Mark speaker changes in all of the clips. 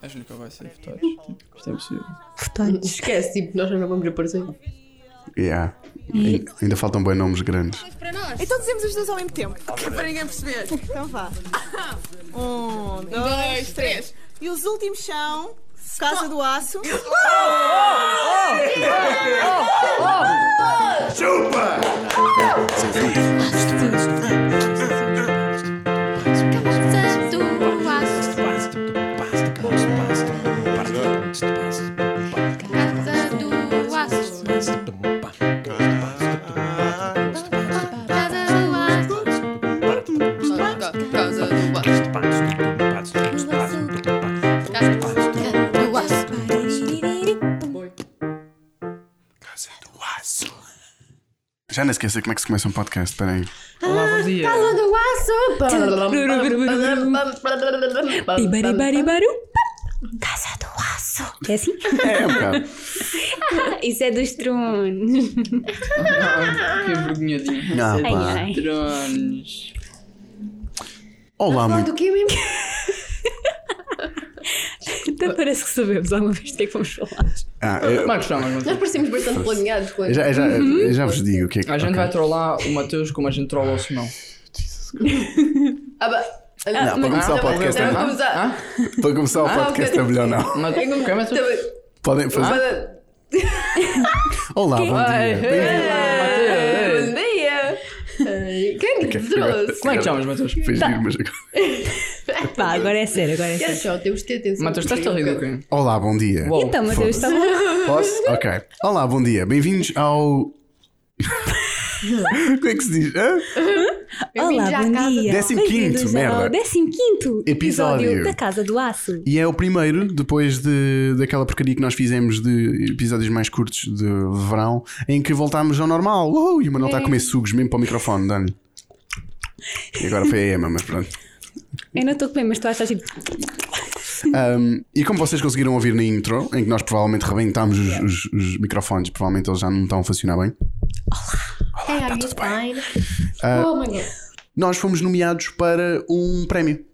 Speaker 1: A gente nunca vai ser votados. Tipo, isto é impossível.
Speaker 2: Ah,
Speaker 3: Votados.
Speaker 4: Esquece, tipo, nós não vamos aparecer.
Speaker 2: Yeah.
Speaker 3: Hum.
Speaker 2: Ainda- Ainda faltam bem nomes grandes.
Speaker 5: Então dizemos os dois ao mesmo tempo, que é para ninguém perceber. Então vá. Um, dois, três. E os últimos são Casa do Aço.
Speaker 2: Já nem esqueci como é que se começa um podcast, espera aí.
Speaker 4: Olá, bom dia. Casa do aço.
Speaker 3: Casa do aço. É assim?
Speaker 2: É um bocado.
Speaker 3: Isso é dos tronos.
Speaker 2: é
Speaker 1: Que vergonhadinho.
Speaker 2: Ah,
Speaker 3: Ai,
Speaker 2: pá.
Speaker 3: ai.
Speaker 1: Drones.
Speaker 2: Olá, muito.
Speaker 4: que é mesmo?
Speaker 3: Até parece que sabemos alguma vez do que é que vamos falar.
Speaker 2: Ah, eu,
Speaker 1: Marcos, não, não.
Speaker 4: Nós parecemos bastante planeados com
Speaker 2: eu já, eu já,
Speaker 3: Uhum.
Speaker 2: eu já vos digo o que é que.
Speaker 1: A gente
Speaker 2: ok.
Speaker 1: vai trollar o Mateus como a gente trolla o Simão.
Speaker 4: Ah, bah.
Speaker 2: Não, para começar o podcast é
Speaker 4: Vamos
Speaker 2: melhor.
Speaker 4: começar.
Speaker 1: Ah?
Speaker 2: Para começar o
Speaker 4: Ah,
Speaker 2: podcast é
Speaker 4: ok.
Speaker 2: melhor não.
Speaker 1: Mate-
Speaker 4: Tenho-
Speaker 1: Quem é Mateus?
Speaker 4: Também-
Speaker 2: Podem fazer.
Speaker 4: Olá,
Speaker 1: Ah,
Speaker 2: Olá, bom
Speaker 1: Ai,
Speaker 2: dia.
Speaker 1: ei,
Speaker 2: Bem-vindo.
Speaker 1: Mateus,
Speaker 4: Bom
Speaker 1: ei.
Speaker 4: dia! Ai, Quem é que te
Speaker 2: Ok, obrigado.
Speaker 4: trouxe?
Speaker 1: Como é que te chamas, Mateus?
Speaker 2: Foi giro, mas agora-
Speaker 3: Pá, agora é sério, agora é
Speaker 4: Quero
Speaker 3: sério.
Speaker 4: só, temos de ter atenção.
Speaker 1: Mateus, estás-te a rir do quê?
Speaker 2: Olá, bom dia.
Speaker 1: Uou.
Speaker 3: Então, Mateus, está bom?
Speaker 2: Posso? Ok. Olá, bom dia. Bem-vindos ao. Como é que se diz? Hã?
Speaker 3: Olá,
Speaker 4: já à
Speaker 3: bom
Speaker 4: casa.
Speaker 3: dia.
Speaker 2: Décimo
Speaker 3: Bem-vindos
Speaker 2: quinto,
Speaker 3: ao
Speaker 2: merda.
Speaker 3: Décimo quinto
Speaker 2: Episódio.
Speaker 3: episódio da Casa do Aço.
Speaker 2: E é o primeiro, depois de, daquela porcaria que nós fizemos de episódios mais curtos de verão, em que voltámos ao normal. Uhul, e o Manuel está a comer sugos mesmo para o microfone, dano E agora foi a Emma, mas pronto.
Speaker 3: Eu não estou a comer, mas tu achas tipo.
Speaker 2: Um, e como vocês conseguiram ouvir na intro, em que nós provavelmente rebentámos os, os- os microfones, provavelmente eles já não estão a funcionar bem,
Speaker 4: Hey, are you fine?
Speaker 2: Ah,
Speaker 4: Oh, my God.
Speaker 2: nós fomos nomeados para um prémio.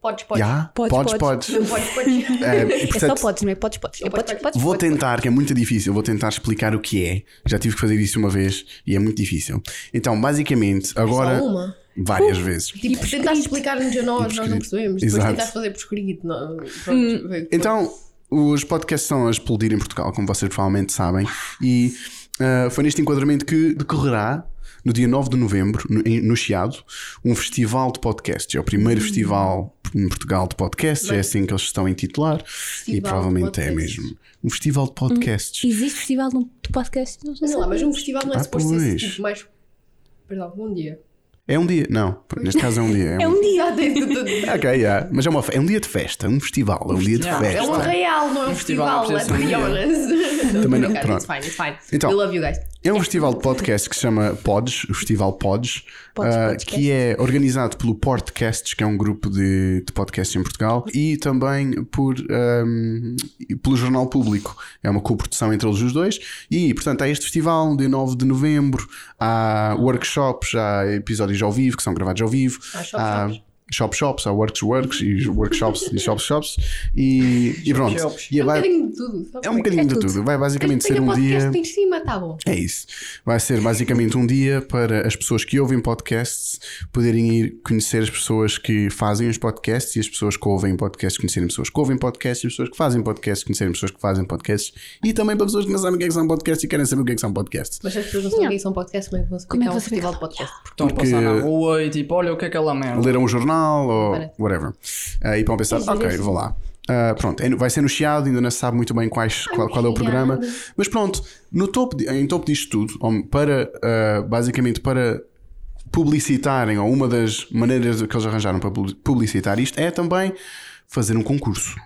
Speaker 4: Podes, podes.
Speaker 2: Já?
Speaker 3: Podes, podes.
Speaker 4: Não podes, podes.
Speaker 2: É, e,
Speaker 3: É só
Speaker 2: portanto,
Speaker 3: podes, não é? Podes, podes. É podes, podes.
Speaker 2: Vou tentar, que é muito difícil, vou tentar explicar o que é. Já tive que fazer isso uma vez e é muito difícil. Então, basicamente, agora.
Speaker 4: Só uma?
Speaker 2: Várias vezes.
Speaker 4: Tipo, tentaste explicar-nos a nós, nós não percebemos. Depois
Speaker 2: Exato.
Speaker 4: tentaste fazer por escrito. não-
Speaker 1: Hum,
Speaker 4: Pronto, veio.
Speaker 2: Então, os podcasts são a explodir em Portugal, como vocês provavelmente sabem, e ah, foi neste enquadramento que decorrerá. No dia 9 de novembro, no, em- no Chiado, um festival de podcasts. É o primeiro
Speaker 4: Hum.
Speaker 2: festival em Portugal de podcasts, é assim que eles estão a intitular. e
Speaker 4: de
Speaker 2: provavelmente é
Speaker 4: podcasts. Hum.
Speaker 2: mesmo. Um festival de podcasts.
Speaker 3: Existe festival de um- de podcast? Não sei
Speaker 4: Sei lá, mas um festival não é
Speaker 2: Ah,
Speaker 4: suposto ser
Speaker 2: pois.
Speaker 4: tipo mais. Perdão, bom dia.
Speaker 2: É um dia. Não, neste caso é um dia.
Speaker 3: É um dia.
Speaker 4: Exato, é tudo- tudo-
Speaker 2: Ok, yeah. mas é, uma, fe- é um dia de festa, um festival, é um dia de
Speaker 1: festival.
Speaker 4: É um
Speaker 2: festa.
Speaker 4: real, não é um
Speaker 1: festival, não
Speaker 4: festival, let's
Speaker 1: precisa
Speaker 4: be
Speaker 1: ser um
Speaker 4: honest.
Speaker 2: Também não-
Speaker 4: Obrigada, It's
Speaker 2: pronto.
Speaker 4: fine, it's fine.
Speaker 2: Então-
Speaker 4: We love you guys.
Speaker 2: É um festival de podcast que se chama Pods, o Festival Pods,
Speaker 3: Pods,
Speaker 2: ah,
Speaker 3: podcast.
Speaker 2: que é organizado pelo Podcasts, que é um grupo de, de podcasts em Portugal, e também por, ahm, e pelo Jornal Público. É uma coprodução entre eles os dois. E, portanto, há este festival, dia 9 de novembro, há workshops, há episódios ao vivo, que são gravados ao vivo.
Speaker 4: Há shop shops.
Speaker 2: Shop shops, há works works e workshops e shop shops e, e pronto.
Speaker 1: shops.
Speaker 2: E
Speaker 4: É um
Speaker 2: vai-
Speaker 4: bocadinho de tudo. sabe?
Speaker 2: É um bocadinho de
Speaker 3: tudo.
Speaker 2: tudo. Vai basicamente
Speaker 4: Tem
Speaker 2: ser
Speaker 4: o
Speaker 2: um
Speaker 4: podcast
Speaker 2: dia.
Speaker 4: em cima, tá bom.
Speaker 2: É isso. Vai ser basicamente um dia para as pessoas que ouvem podcasts poderem ir conhecer as pessoas que fazem os podcasts e as pessoas que ouvem podcasts conhecerem pessoas que ouvem podcasts e as pessoas que fazem podcasts conhecerem pessoas que fazem podcasts e também para pessoas que não sabem o que é que são podcasts e querem saber o que é que são podcasts.
Speaker 4: Mas se as pessoas não sabem o que são podcasts, como é que vão saber que
Speaker 3: Como é que
Speaker 4: é um
Speaker 3: vão saber
Speaker 4: festival
Speaker 3: que-
Speaker 4: de podcast?
Speaker 1: Estão a passar
Speaker 2: Porque-
Speaker 1: na rua e tipo, olha o que é aquela merda.
Speaker 2: leram um jornal ou
Speaker 4: Parece.
Speaker 2: whatever. Ah, e vão pensar, ok, vou lá. Ah, pronto, é no- vai ser no Chiado, ainda não se sabe muito bem quais, qual, qual é o programa. Mas pronto, no topo, de- em topo disto tudo, ou para, ah, basicamente para publicitarem, ou uma das maneiras que eles arranjaram para publi- publicitar isto é também fazer um concurso.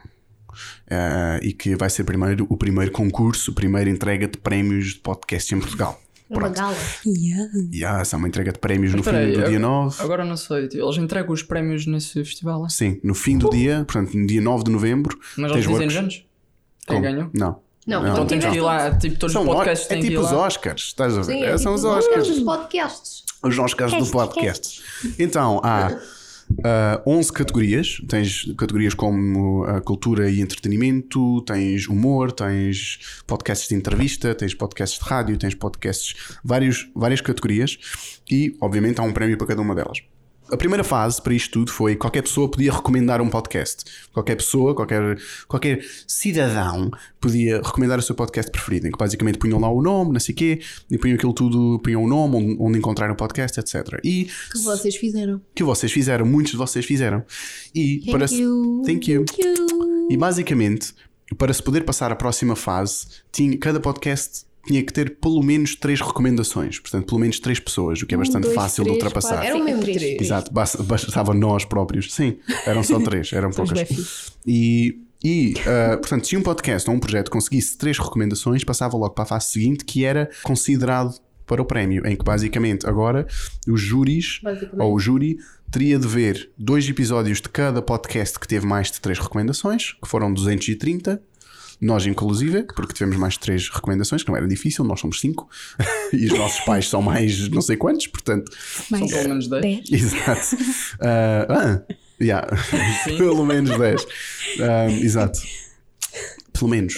Speaker 2: Ah, e que vai ser primeiro, o primeiro concurso, a primeira entrega de prémios de podcast em Portugal.
Speaker 4: É Uma gala.
Speaker 3: Yeah.
Speaker 2: E há essa é uma entrega de prémios no fim
Speaker 1: Espera aí, é
Speaker 2: do dia
Speaker 1: agora-
Speaker 2: 9.
Speaker 1: Agora não sei, tipo, eles entregam os prémios nesse festival, é?
Speaker 2: Sim, no fim do dia, portanto, no dia 9 de novembro.
Speaker 1: Mas eles
Speaker 2: works-
Speaker 1: dizem anos? Quem
Speaker 2: Como?
Speaker 1: ganhou?
Speaker 2: Não.
Speaker 4: Não,
Speaker 1: Então
Speaker 4: não
Speaker 1: temos que ir lá, tipo, todos os
Speaker 2: o-
Speaker 1: podcasts
Speaker 2: é
Speaker 1: têm que ir
Speaker 2: tipo os
Speaker 1: lá. tipo
Speaker 2: Oscars, estás a ver?
Speaker 4: Sim,
Speaker 2: É,
Speaker 4: é
Speaker 2: são os
Speaker 4: tipo,
Speaker 2: Oscars.
Speaker 4: Os podcasts.
Speaker 2: Os Oscars do podcast. Então, há ah, 11 categorias. Tens categorias como ah, cultura e entretenimento, tens humor, tens podcasts de entrevista, tens podcasts de rádio, tens podcasts, vários, várias categorias. E, obviamente, há um prémio para cada uma delas. A primeira fase para isto tudo foi qualquer pessoa podia recomendar um podcast. Qualquer pessoa, qualquer, qualquer cidadão podia recomendar o seu podcast preferido, em que basicamente punham lá o nome, não sei o quê, e punham aquilo tudo, punham o nome, onde, onde encontrar o podcast, etc. E
Speaker 6: Que vocês fizeram.
Speaker 2: que vocês fizeram, muitos de vocês fizeram. E
Speaker 6: Thank
Speaker 2: para
Speaker 6: you.
Speaker 2: Thank you.
Speaker 6: Thank you.
Speaker 2: E basicamente, para se poder passar à próxima fase, tinha, cada podcast tinha que ter pelo menos três recomendações. Portanto, pelo menos três pessoas, o
Speaker 6: Um,
Speaker 2: que é bastante
Speaker 7: dois,
Speaker 2: fácil de
Speaker 7: três,
Speaker 2: ultrapassar.
Speaker 7: quatro,
Speaker 6: Eram mesmo
Speaker 7: cinco,
Speaker 6: três.
Speaker 7: três.
Speaker 2: Exato, basta- bastava nós próprios. Sim, eram só três, eram
Speaker 7: bué
Speaker 2: poucas. E, e ah, portanto, se um podcast ou um projeto conseguisse três recomendações, passava logo para a fase seguinte, que era considerado para o prémio, em que basicamente agora os júris
Speaker 6: Basicamente.
Speaker 2: ou o júri teria de ver dois episódios de cada podcast que teve mais de três recomendações, que foram 230. Nós, inclusive, porque tivemos mais de três recomendações, que não era difícil, nós somos cinco e os nossos pais são mais não sei quantos, portanto,
Speaker 1: São pelo menos 10.
Speaker 6: Dez.
Speaker 2: Exato. Ah, ah, yeah.
Speaker 1: Sim.
Speaker 2: Pelo menos 10. Ah, exato. Pelo menos.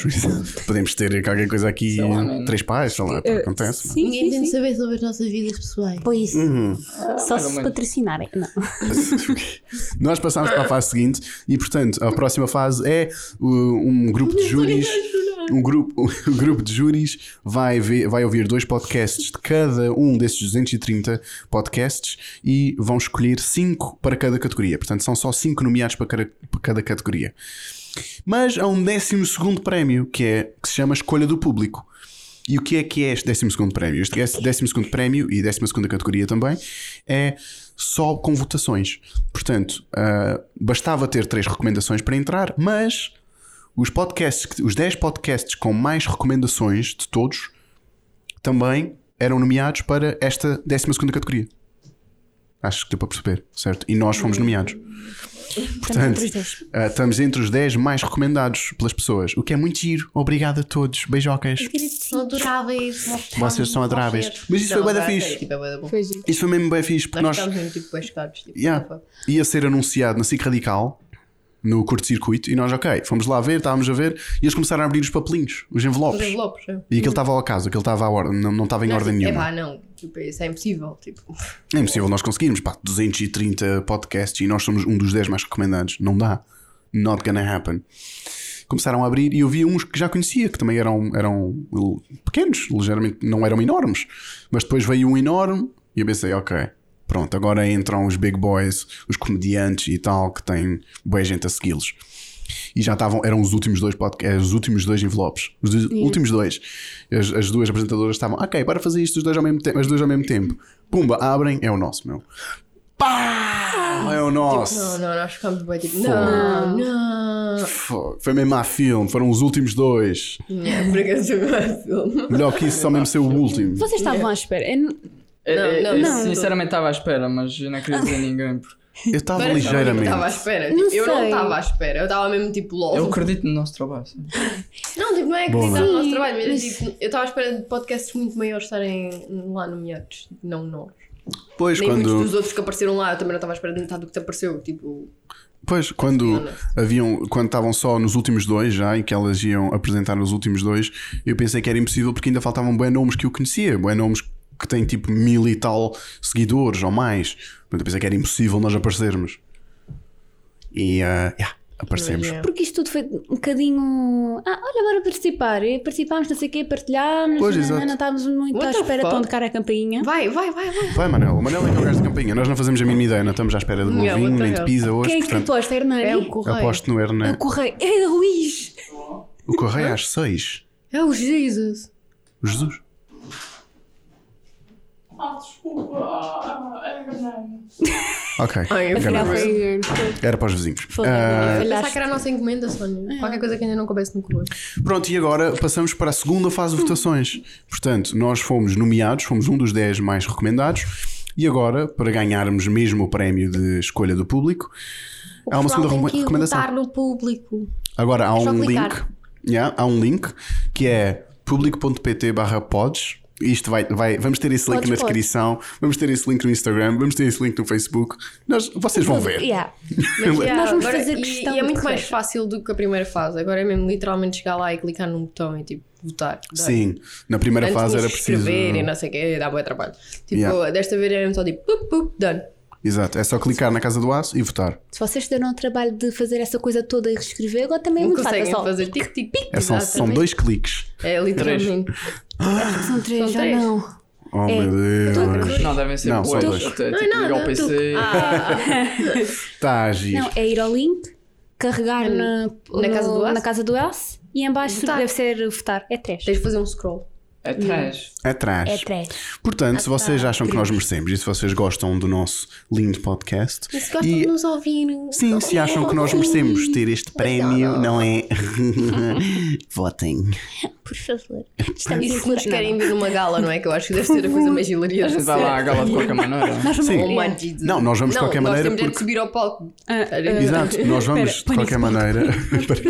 Speaker 2: Podemos ter qualquer coisa aqui,
Speaker 1: Sei lá, não é?
Speaker 2: três pais, sei lá,
Speaker 7: Eh,
Speaker 2: acontece. Uhum. mas-
Speaker 7: Sim,
Speaker 6: Ninguém tem
Speaker 7: sim,
Speaker 6: de
Speaker 7: sim.
Speaker 6: saber sobre as nossas vidas pessoais.
Speaker 3: Pois, só
Speaker 1: mais ou
Speaker 3: se
Speaker 1: menos.
Speaker 3: patrocinarem. Não.
Speaker 2: Nós passámos para a fase seguinte e, portanto, a próxima fase é uh, um grupo de júris. Um grupo, um grupo de júris vai, ver, vai ouvir dois podcasts de cada um desses 230 podcasts e vão escolher cinco para cada categoria. Portanto, são só cinco nomeados para cada, para cada categoria. Mas há um 12 prémio que, é, que se chama Escolha do Público. E o que é que é este 12 prémio? Este 12 prémio e 12 categoria também é só com votações. Portanto, ah, bastava ter três recomendações para entrar, mas os podcasts, que- os 10 podcasts com mais recomendações de todos também eram nomeados para esta 12 categoria. Acho que deu para perceber, certo? E nós fomos nomeados. Portanto,
Speaker 3: entre os dez.
Speaker 2: ah, estamos entre os 10 mais recomendados pelas pessoas, o que é muito giro. Obrigado a todos. Beijocas.
Speaker 6: São adoráveis.
Speaker 2: Vocês são adoráveis. Mas isso foi bué da fixe.
Speaker 4: Tipo, é bué da bom.
Speaker 7: Foi giro.
Speaker 2: Isso foi mesmo bem fixe, porque
Speaker 4: Nós
Speaker 2: nós
Speaker 4: ficámos mesmo tipo pescados. Tipo,
Speaker 2: yeah, ia ser anunciado na SIC Radical, no curto-circuito, e nós, ok, fomos lá ver, estávamos a ver, e eles começaram a abrir os papelinhos, os envelopes.
Speaker 4: Os envelopes, é.
Speaker 2: E aquilo estava ao acaso, aquilo estava à ordem, não, não estava em
Speaker 4: Nós,
Speaker 2: ordem
Speaker 4: tipo,
Speaker 2: nenhuma.
Speaker 4: Epá, não, tipo, isso é impossível. Tipo,
Speaker 2: É impossível nós conseguirmos, pá, 230 podcasts e nós somos um dos 10 mais recomendados. Não dá. Not gonna happen. Começaram a abrir e eu vi uns que já conhecia, que também eram, eram l- pequenos, ligeiramente, não eram enormes. Mas depois veio um enorme e eu pensei, ok, pronto, agora entram os big boys, os comediantes e tal, que têm boa gente a segui-los. E já estavam, eram os últimos dois podcasts, os últimos dois envelopes, os dois- últimos dois. As, as duas apresentadoras estavam, ok, para fazer isto os dois ao mesmo tempo, as duas ao mesmo tempo. Pumba, abrem, é o nosso, meu. Pá! É o nosso.
Speaker 4: Tipo, não, não, nós ficámos bem tipo, não, não.
Speaker 2: Fuck, Foi mesmo a filme, foram os últimos dois.
Speaker 4: Yeah, por acaso eu gosto.
Speaker 2: Melhor que isso, só mesmo ser o último.
Speaker 3: Vocês estavam à espera. Eu não-
Speaker 1: É, é,
Speaker 4: não,
Speaker 1: é,
Speaker 4: não.
Speaker 1: Sinceramente estava à espera, mas eu não queria dizer a ninguém. Porque
Speaker 2: Eu estava
Speaker 4: Parece que eu não estava à
Speaker 2: ligeiramente.
Speaker 4: espera.
Speaker 3: Não
Speaker 4: Tipo, eu não
Speaker 3: sei.
Speaker 4: estava à espera. Eu estava mesmo tipo logo.
Speaker 1: eu acredito no nosso trabalho. sim.
Speaker 4: Não, tipo, não é
Speaker 2: Bom,
Speaker 4: acreditar no
Speaker 2: não.
Speaker 4: nosso trabalho, mas,
Speaker 3: Mas-
Speaker 4: tipo, eu estava à espera de podcasts muito maiores estarem lá nomeados, tipo, não nós.
Speaker 2: Pois,
Speaker 4: Nem muitos dos
Speaker 2: quando,
Speaker 4: outros que apareceram lá, eu também não estava à espera de metade do que te apareceu. Tipo,
Speaker 2: pois, quando haviam, quando estavam só nos últimos dois já e que elas iam apresentar os últimos dois, eu pensei que era impossível porque ainda faltavam bué nomes que eu conhecia, bué nomes que têm tipo mil e tal seguidores ou mais. Portanto, eu pensei que era impossível nós aparecermos. E, ah, yeah, aparecemos.
Speaker 4: Mas, é.
Speaker 3: Porque isto tudo foi um bocadinho. Ah, olha, bora participar. E participámos, não sei o quê, partilhámos.
Speaker 2: Pois,
Speaker 3: nananã,
Speaker 2: exato.
Speaker 3: Não estávamos muito
Speaker 4: What
Speaker 3: à
Speaker 4: the
Speaker 3: espera de
Speaker 4: fuck?
Speaker 3: tocar a campainha.
Speaker 4: vai, vai, vai, vai.
Speaker 2: Vai, Manel. O Manel é que é o gajo da campainha. Nós não fazemos a mínima ideia, não estamos à espera de
Speaker 4: Não,
Speaker 2: bovinho,
Speaker 4: what the
Speaker 2: nem de
Speaker 4: hell.
Speaker 2: pizza hoje.
Speaker 3: Quem é que
Speaker 2: portanto,
Speaker 3: aposta, Hernani?
Speaker 4: É o
Speaker 2: Eu
Speaker 4: correio.
Speaker 2: aposto no
Speaker 3: É
Speaker 2: Hernan.
Speaker 3: o correio. É o Luís.
Speaker 2: O correio às seis.
Speaker 4: É o Jesus.
Speaker 2: O Jesus. Ah, desculpa. Ok.
Speaker 4: Ai, eu
Speaker 3: Afinal,
Speaker 4: fui-
Speaker 3: foi.
Speaker 2: Era para os vizinhos.
Speaker 3: Foi.
Speaker 2: Ah,
Speaker 4: Pensar que era a nossa encomenda, Sónia.
Speaker 3: É.
Speaker 4: Qualquer coisa que ainda não coubesse no corpo.
Speaker 2: pronto, e agora passamos para a segunda fase de votações. Portanto, nós fomos nomeados, fomos um dos 10 mais recomendados. E agora, para ganharmos mesmo o prémio de escolha do público, há uma segunda recome-
Speaker 3: tem que
Speaker 2: recomendação.
Speaker 3: votar no público.
Speaker 2: Agora há
Speaker 3: só
Speaker 2: um link.
Speaker 3: clicar.
Speaker 2: Yeah, há um link que é público.pt barra pods Isto vai, vai, vamos ter esse link
Speaker 3: Podes,
Speaker 2: na
Speaker 3: podes.
Speaker 2: descrição, vamos ter esse link no Instagram, vamos ter esse link no Facebook. Nós, vocês vão ver.
Speaker 3: Yeah.
Speaker 4: Mas, yeah,
Speaker 3: Nós vamos
Speaker 4: agora-
Speaker 3: fazer
Speaker 4: e-
Speaker 3: questão
Speaker 4: E é
Speaker 3: de
Speaker 4: muito mais
Speaker 3: correr.
Speaker 4: fácil do que a primeira fase. Agora é mesmo literalmente chegar lá e clicar num botão e tipo votar. dar.
Speaker 2: Sim, na primeira
Speaker 4: Antes
Speaker 2: fase
Speaker 4: de
Speaker 2: era
Speaker 4: escrever
Speaker 2: preciso.
Speaker 4: e não sei o que, dá bom trabalho. Tipo,
Speaker 2: Yeah.
Speaker 4: desta vez era mesmo só tipo, pup, pup, done.
Speaker 2: Exato, é só clicar na casa do aço e votar.
Speaker 3: Se vocês se deram o trabalho de fazer essa coisa toda e reescrever, agora também é
Speaker 4: Não
Speaker 3: muito fácil.
Speaker 4: conseguem
Speaker 3: é só-
Speaker 4: fazer tic, tic, tic.
Speaker 2: É, são, são
Speaker 4: Exatamente.
Speaker 2: dois cliques.
Speaker 4: É literalmente.
Speaker 3: São três,
Speaker 4: São
Speaker 3: já
Speaker 4: três.
Speaker 3: não.
Speaker 2: Oh
Speaker 3: É.
Speaker 2: meu Deus.
Speaker 1: Não, devem ser
Speaker 2: Não, só
Speaker 1: oito.
Speaker 2: dois.
Speaker 1: Até,
Speaker 4: Não Ah. é
Speaker 1: tipo,
Speaker 4: nada,
Speaker 1: ligar o PC.
Speaker 2: Está Tá a agir.
Speaker 3: Não, é ir ao link, carregar na,
Speaker 4: É na
Speaker 3: no-
Speaker 4: casa do aço?
Speaker 3: na casa do aço e em baixo
Speaker 4: Votar.
Speaker 3: deve ser votar. É três.
Speaker 4: Tens de fazer um scroll.
Speaker 1: É Atrás.
Speaker 2: Atrás.
Speaker 3: É três.
Speaker 2: Portanto, se vocês acham que nós merecemos e se vocês gostam do nosso lindo podcast.
Speaker 4: E se gostam
Speaker 2: e-
Speaker 4: de nos ouvir.
Speaker 2: Sim, se acham que nós merecemos ter este prémio, não é? Votem.
Speaker 3: Por favor.
Speaker 4: E
Speaker 3: Estamos
Speaker 4: se
Speaker 3: em
Speaker 4: nos
Speaker 3: cura.
Speaker 4: querem vir numa gala, não é? Que eu acho que deve ser a coisa mais hilaria.
Speaker 1: A gente vai lá à gala de qualquer maneira.
Speaker 2: Sim.
Speaker 4: Oh, my Jesus.
Speaker 2: Não, nós vamos de qualquer
Speaker 4: nós
Speaker 2: maneira
Speaker 4: temos é de
Speaker 2: porque-
Speaker 4: subir ao palco. ah,
Speaker 2: Exato, nós vamos de
Speaker 7: põe
Speaker 2: qualquer maneira. Espera.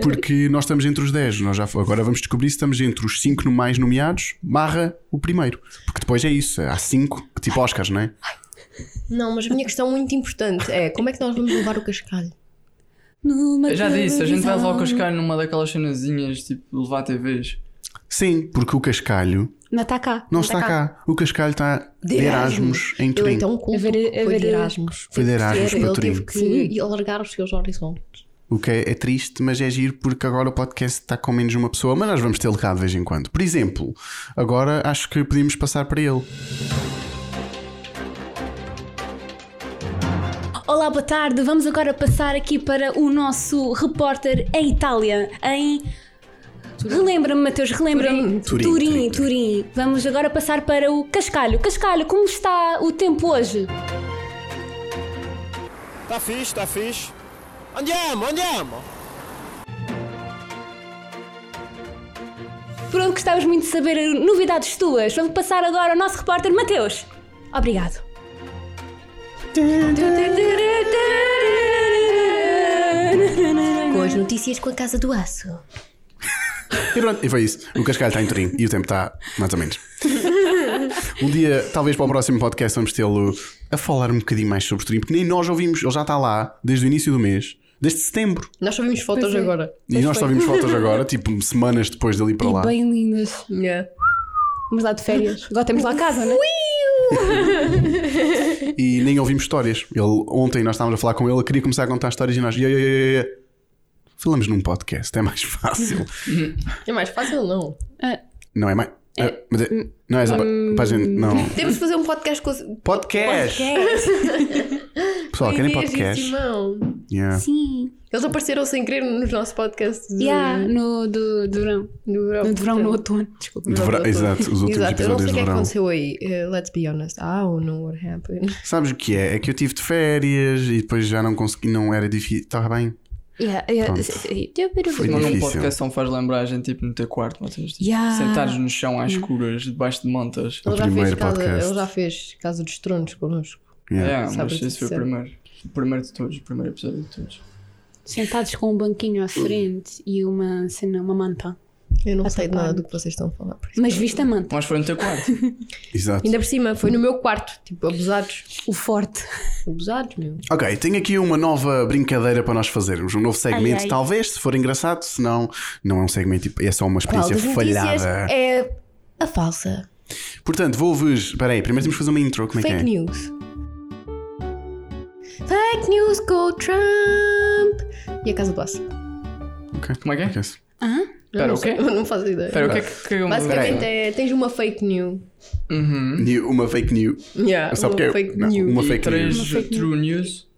Speaker 2: Porque nós estamos entre os 10. Nós já, agora vamos descobrir se estamos entre os 5 mais nomeados, barra o primeiro. Porque depois é isso, há 5, tipo Oscars, não é?
Speaker 4: Não, mas a minha questão muito importante é como é que nós vamos levar o cascalho?
Speaker 3: Numa
Speaker 1: Eu já disse, a gente vai levar o
Speaker 3: televisão.
Speaker 1: Cascalho numa daquelas cenazinhas, tipo, levar TVs.
Speaker 2: Sim, porque o Cascalho
Speaker 3: Não está tá cá.
Speaker 2: não está cá. O Cascalho está de Erasmus então, em
Speaker 4: Ele
Speaker 2: Turim.
Speaker 4: é tão culto.
Speaker 3: A ver- a
Speaker 4: foi
Speaker 3: ver-
Speaker 4: de Erasmus.
Speaker 2: Foi de Erasmus
Speaker 4: Ele
Speaker 2: para
Speaker 4: teve
Speaker 2: Turim.
Speaker 4: que ir alargar os seus horizontes.
Speaker 2: O que é, é triste, mas é giro porque agora o podcast está com menos uma pessoa, mas nós vamos tê-lo cá de vez em quando. Por exemplo, agora acho que podíamos passar para ele.
Speaker 3: Olá, boa tarde. Vamos agora passar aqui para o nosso repórter em Itália, em. Relembra-me, Mateus, relembra-me.
Speaker 2: Turim. Turim,
Speaker 3: Turim, Turim. Vamos agora passar para o Cascalho. Cascalho, como está o tempo hoje?
Speaker 8: Tá fixe, tá fixe. Andiamo, andiamo.
Speaker 3: Pronto, gostávamos muito de saber novidades tuas. Vamos passar agora ao nosso repórter Mateus. Obrigado.
Speaker 4: Com as notícias com a Casa do Aço.
Speaker 2: E pronto, e foi isso. O Cascalho está em Turim e o tempo está mais ou menos. Um dia, talvez para o próximo podcast, vamos tê-lo a falar um bocadinho mais sobre Turim, porque nem nós ouvimos, ele já está lá desde o início do mês, desde setembro.
Speaker 4: Nós só vimos fotos agora.
Speaker 2: E nós só vimos fotos agora, tipo semanas depois dali para lá.
Speaker 3: Bem lindas.
Speaker 4: Yeah.
Speaker 3: Vamos lá de férias. Agora temos lá a casa, não é?
Speaker 2: E nem ouvimos histórias. Ele, ontem nós estávamos a falar com ele, ele queria começar a contar histórias e nós. "Ia, ia, ia, ia, ia." Falamos num podcast, é mais fácil.
Speaker 4: É mais fácil, não.
Speaker 2: Não é mais. ah, mas é-
Speaker 4: hum,
Speaker 2: não é só para, para a gente. Não.
Speaker 4: Temos de fazer um podcast com.
Speaker 2: Podcast! Pessoal, querem
Speaker 4: Ideias de
Speaker 2: podcast?
Speaker 4: Simão.
Speaker 2: Yeah.
Speaker 3: Sim.
Speaker 4: Eles apareceram sem querer nos nosso podcast do,
Speaker 3: Yeah, no do, do verão.
Speaker 4: do verão.
Speaker 3: No de verão, no
Speaker 4: Portanto,
Speaker 3: outono. Desculpa.
Speaker 2: De
Speaker 4: verão,
Speaker 2: verão,
Speaker 4: do outono.
Speaker 2: exato, os últimos
Speaker 4: Exato, eu não sei o que
Speaker 2: episódios de
Speaker 4: é que
Speaker 2: verão.
Speaker 4: aconteceu aí. Uh, let's be honest. I don't know what happened.
Speaker 2: Sabes o que é? É que eu tive de férias e depois já não consegui, não era difícil. Estava bem.
Speaker 3: Yeah, yeah,
Speaker 2: Pronto.
Speaker 3: sim, sim.
Speaker 2: Foi
Speaker 1: Não, num
Speaker 2: difícil.
Speaker 1: podcast não faz lembrar a gente, tipo, no teu quarto, vocês, tipo,
Speaker 3: Yeah.
Speaker 1: sentados no chão
Speaker 4: Hum.
Speaker 1: às escuras, debaixo de mantas.
Speaker 2: O
Speaker 4: Ele já, fez
Speaker 2: primeiro
Speaker 4: casa,
Speaker 2: podcast.
Speaker 4: ele já fez Casa dos Tronos connosco.
Speaker 2: Yeah.
Speaker 1: Yeah,
Speaker 4: Sabe
Speaker 1: mas esse foi o
Speaker 4: disso.
Speaker 1: primeiro. O primeiro de todos, o primeiro episódio de todos.
Speaker 3: Sentados com um banquinho à frente e uma cena, uma manta.
Speaker 4: Eu não
Speaker 3: A
Speaker 4: sei de
Speaker 3: tapar.
Speaker 4: nada do que vocês estão a falar. por isso.
Speaker 3: Mas viste a manta?
Speaker 1: Mas foi no teu quarto.
Speaker 2: Exato.
Speaker 4: Ainda por cima, foi no meu quarto. Tipo, abusados.
Speaker 3: O forte.
Speaker 4: Abusados, meu.
Speaker 2: Ok, tenho aqui uma nova brincadeira para nós fazermos. Um novo segmento,
Speaker 3: Ai, ai.
Speaker 2: talvez, se for engraçado. Se não, não é um segmento, tipo, é só uma experiência falhada.
Speaker 4: é a falsa.
Speaker 2: Portanto, vou-vos. Espera aí, primeiro temos que fazer uma intro. Como é
Speaker 4: é- Fake
Speaker 2: que é?
Speaker 4: news. Fake news go Trump. E a Casa do Aço.
Speaker 1: Como é que é?
Speaker 2: Ok, sim.
Speaker 4: Eu
Speaker 1: Pera,
Speaker 4: não
Speaker 1: o
Speaker 4: sei,
Speaker 1: quê?
Speaker 4: eu não faço ideia.
Speaker 1: Espera, o que é que caiu uma
Speaker 4: Basicamente é, tens uma fake news.
Speaker 1: Uhum.
Speaker 2: E Uma fake news.
Speaker 4: Yeah,
Speaker 2: É Só porque
Speaker 4: uma
Speaker 2: eu-
Speaker 4: fake
Speaker 2: não,
Speaker 4: news.
Speaker 2: uma
Speaker 1: E
Speaker 2: fake
Speaker 1: três
Speaker 2: news.
Speaker 1: true news.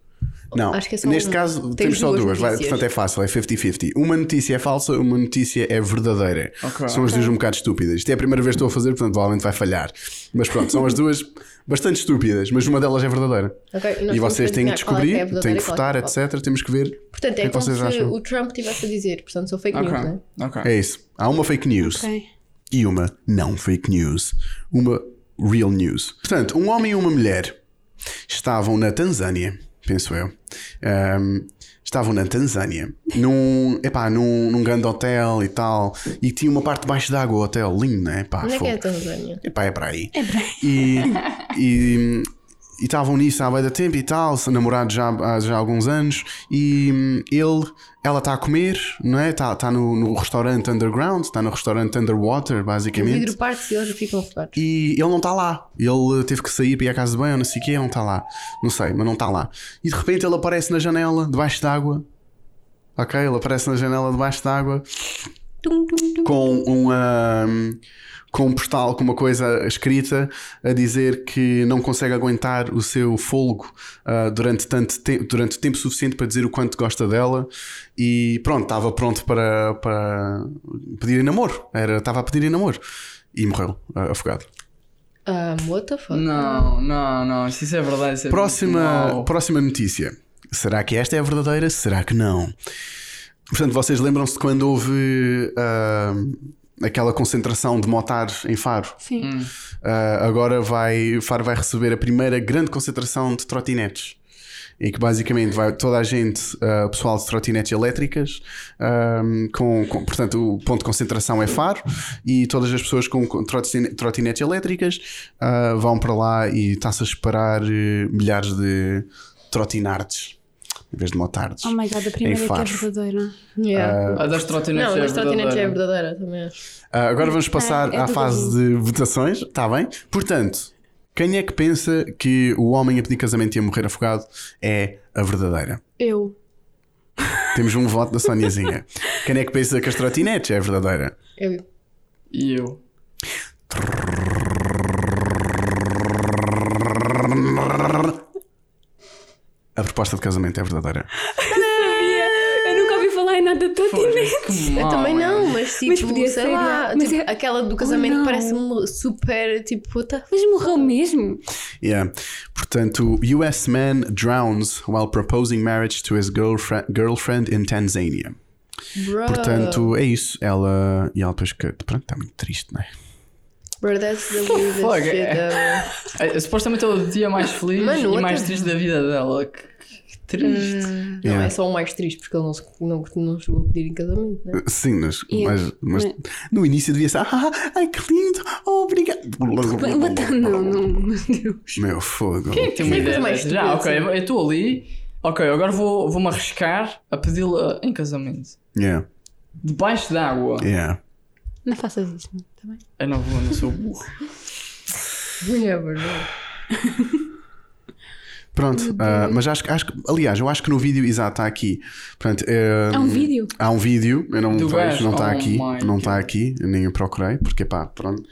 Speaker 2: Não,
Speaker 4: Acho que é só
Speaker 2: neste
Speaker 4: uma.
Speaker 2: caso
Speaker 4: Temos
Speaker 2: temos só
Speaker 4: duas
Speaker 2: duas, vai,
Speaker 4: notícias.
Speaker 2: portanto é fácil, é 50-50. Uma notícia é falsa, uma notícia é verdadeira.
Speaker 1: Ok.
Speaker 2: São as duas um bocado estúpidas. Isto é a primeira vez que estou a fazer, portanto provavelmente vai falhar. Mas pronto, são as duas bastante estúpidas, mas uma delas é verdadeira.
Speaker 4: Ok, nós
Speaker 2: e
Speaker 4: temos
Speaker 2: vocês
Speaker 4: que
Speaker 2: têm
Speaker 4: adivinhar qual é
Speaker 2: que
Speaker 4: que
Speaker 2: descobrir,
Speaker 4: é a verdadeira
Speaker 2: têm que
Speaker 4: e qual é
Speaker 2: votar,
Speaker 4: que é falsa.
Speaker 2: etc. Temos que ver.
Speaker 4: Portanto, é
Speaker 2: O que é que
Speaker 4: como
Speaker 2: vocês
Speaker 4: se
Speaker 2: acham?
Speaker 4: o Trump estivesse a dizer, portanto, são fake
Speaker 1: Ok.
Speaker 4: news, né?
Speaker 1: Ok.
Speaker 2: É isso. Há uma fake news e uma não fake news. Uma real news. Portanto, um homem e uma mulher estavam na Tanzânia, penso eu. Ahm, estavam na Tanzânia, num, epá, num, num grande hotel e tal, e tinha uma parte debaixo d'água o hotel, lindo, né? Epá,
Speaker 4: Onde é que é a
Speaker 2: fogo.
Speaker 4: Tanzânia?
Speaker 2: Epá, é para aí. E- E e estavam nisso há bem da tempo e tal, se- namorados já, há já há alguns anos, e hum, ele, ela está a comer, não é? Está está no, no restaurante underground, está no restaurante underwater,
Speaker 4: O
Speaker 2: basicamente.
Speaker 4: vidro parte e eles ficam regados.
Speaker 2: E ele não está lá. Ele teve que sair para ir à casa de banho, não sei o quê, não está lá. Não sei, mas não está lá. E de repente ele aparece na janela, debaixo d'água. Ok? Ele aparece na janela debaixo d'água com um ahm, com um postal, com uma coisa escrita a dizer que não consegue aguentar o seu fôlego ah, durante tanto tempo, durante tempo suficiente para dizer o quanto gosta dela e pronto, estava pronto para, para pedir em namoro, Era- estava a pedir em namoro e morreu ah, afogado.
Speaker 4: Ah, what the fuck?
Speaker 1: Não, não, não. Se isso é verdade, isso é muito
Speaker 2: Próxima,
Speaker 1: mau.
Speaker 2: próxima notícia. Será que esta é a verdadeira? Será que não? Portanto, vocês lembram-se de quando houve ah, aquela concentração de motares em Faro?
Speaker 3: Sim.
Speaker 2: Ah, agora vai, Faro vai receber a primeira grande concentração de trotinetes. Em que basicamente vai toda a gente, ah, pessoal de trotinetes elétricas, ah, com, com- portanto, o ponto de concentração é Faro, e todas as pessoas com com trotine- trotinetes elétricas ah, vão para lá e está-se a esperar eh, milhares de trotinardes em vez de motardes.
Speaker 3: Oh my god, a primeira que é
Speaker 2: Faro.
Speaker 3: verdadeira.
Speaker 4: Yeah.
Speaker 1: A das trotinetes
Speaker 4: não,
Speaker 1: é
Speaker 4: mas trotinete é
Speaker 1: verdadeira.
Speaker 4: verdadeira também. acho.
Speaker 2: Ah, agora vamos passar
Speaker 4: é
Speaker 2: à
Speaker 4: do
Speaker 2: fase de votações, está bem? Portanto, quem é que pensa que o homem a pedir casamento e a morrer afogado é a verdadeira?
Speaker 7: Eu.
Speaker 2: Temos um voto da Soniazinha. quem é que pensa que as trotinetes é a verdadeira?
Speaker 4: Eu-
Speaker 1: E eu.
Speaker 2: A proposta de casamento é verdadeira.
Speaker 3: Eu nunca ouvi falar em nada de trotinete.
Speaker 1: Que
Speaker 4: Eu
Speaker 1: mau,
Speaker 4: também
Speaker 1: é.
Speaker 4: não, mas tipo,
Speaker 3: podia
Speaker 4: sei
Speaker 3: ser,
Speaker 4: lá,
Speaker 3: não é? Mas
Speaker 4: tipo,
Speaker 3: é-
Speaker 4: aquela do casamento
Speaker 3: não.
Speaker 4: parece-me super tipo puta.
Speaker 3: Mas morreu mesmo?
Speaker 2: Yeah. Portanto, US man drowns while proposing marriage to his girlfriend, girlfriend in Tanzania.
Speaker 4: Bro, Oh.
Speaker 2: Portanto, é isso. Ela. E ela depois. que- Pronto, está muito triste, não é?
Speaker 4: bro that's the weirdest
Speaker 1: fuck?
Speaker 4: shit ever.
Speaker 1: É, Supostamente é o dia mais feliz
Speaker 4: Mano,
Speaker 1: e
Speaker 4: outra-
Speaker 1: mais triste da vida dela. Que, que triste.
Speaker 4: Não,
Speaker 2: Yeah.
Speaker 4: é só o mais triste, porque ele não, se- não, não chegou a pedir em casamento, né?
Speaker 2: Sim, mas,
Speaker 3: Yeah.
Speaker 2: mas, mas no início devia ser. Ah, ai que lindo! Oh, obrigado!
Speaker 3: Não, não, meu Deus.
Speaker 2: Meu fogo!
Speaker 1: Quem é que tem uma
Speaker 4: Sim,
Speaker 1: ideia
Speaker 4: coisa mais
Speaker 1: dessas? Já, ok,
Speaker 4: estúpida,
Speaker 1: eu estou ali. Ok, agora vou- vou-me arriscar a pedi-la em casamento.
Speaker 2: Yeah,
Speaker 1: Debaixo d'água.
Speaker 2: yeah.
Speaker 3: Não faças isso, não, tá bem?
Speaker 1: Eu não vou, não sou burro.
Speaker 4: É verdade.
Speaker 2: Pronto, ah, mas acho, que- acho que, aliás, eu acho que no vídeo, exato, está aqui. Portanto, eh,
Speaker 3: É um vídeo.
Speaker 2: Há um vídeo, eu não
Speaker 1: Do
Speaker 2: vejo,
Speaker 1: gajo.
Speaker 2: não
Speaker 1: Oh
Speaker 2: está aqui,
Speaker 1: my
Speaker 2: não
Speaker 1: God.
Speaker 2: está aqui, eu nem o procurei, porque pá, pronto.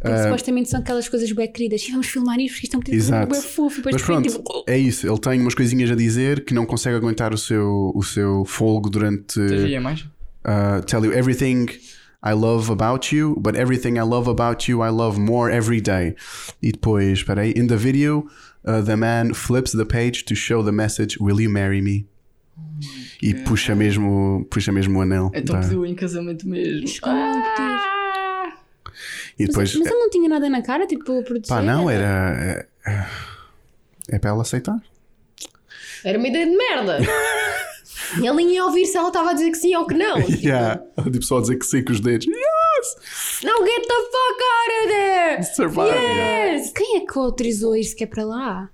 Speaker 3: Porque
Speaker 2: Ah.
Speaker 3: supostamente são aquelas coisas bem queridas. E vamos filmar isto porque isto é um bocadinho
Speaker 2: Exato.
Speaker 3: bem fofo. E depois
Speaker 2: Mas
Speaker 3: de repente,
Speaker 2: pronto,
Speaker 3: tipo,
Speaker 2: é isso, ele tem umas coisinhas a dizer que não consegue aguentar o seu, o seu fogo durante.
Speaker 1: Teria mais?
Speaker 2: uh, tell you everything I love about you, but everything I love about you I love more every day. E depois, espera aí, in the video, uh, the man flips the page to show the message Will you marry me? E puxa mesmo, puxa mesmo o anel.
Speaker 1: Então
Speaker 2: da-
Speaker 1: pediu em casamento mesmo.
Speaker 3: isto como é que diz?
Speaker 2: E depois,
Speaker 3: Mas ele não tinha nada na cara, tipo, a produção.
Speaker 2: é. pá, não, era. É, é para ela aceitar.
Speaker 4: Era uma ideia de merda. Ele nem ia ouvir se ela estava a dizer que sim ou que não.
Speaker 2: Yeah. Tipo, só dizer que sei com os dedos. Yes!
Speaker 4: Não, get the fuck out of there!
Speaker 2: Survive!
Speaker 3: Yes! Quem é que autorizou isto que é para lá?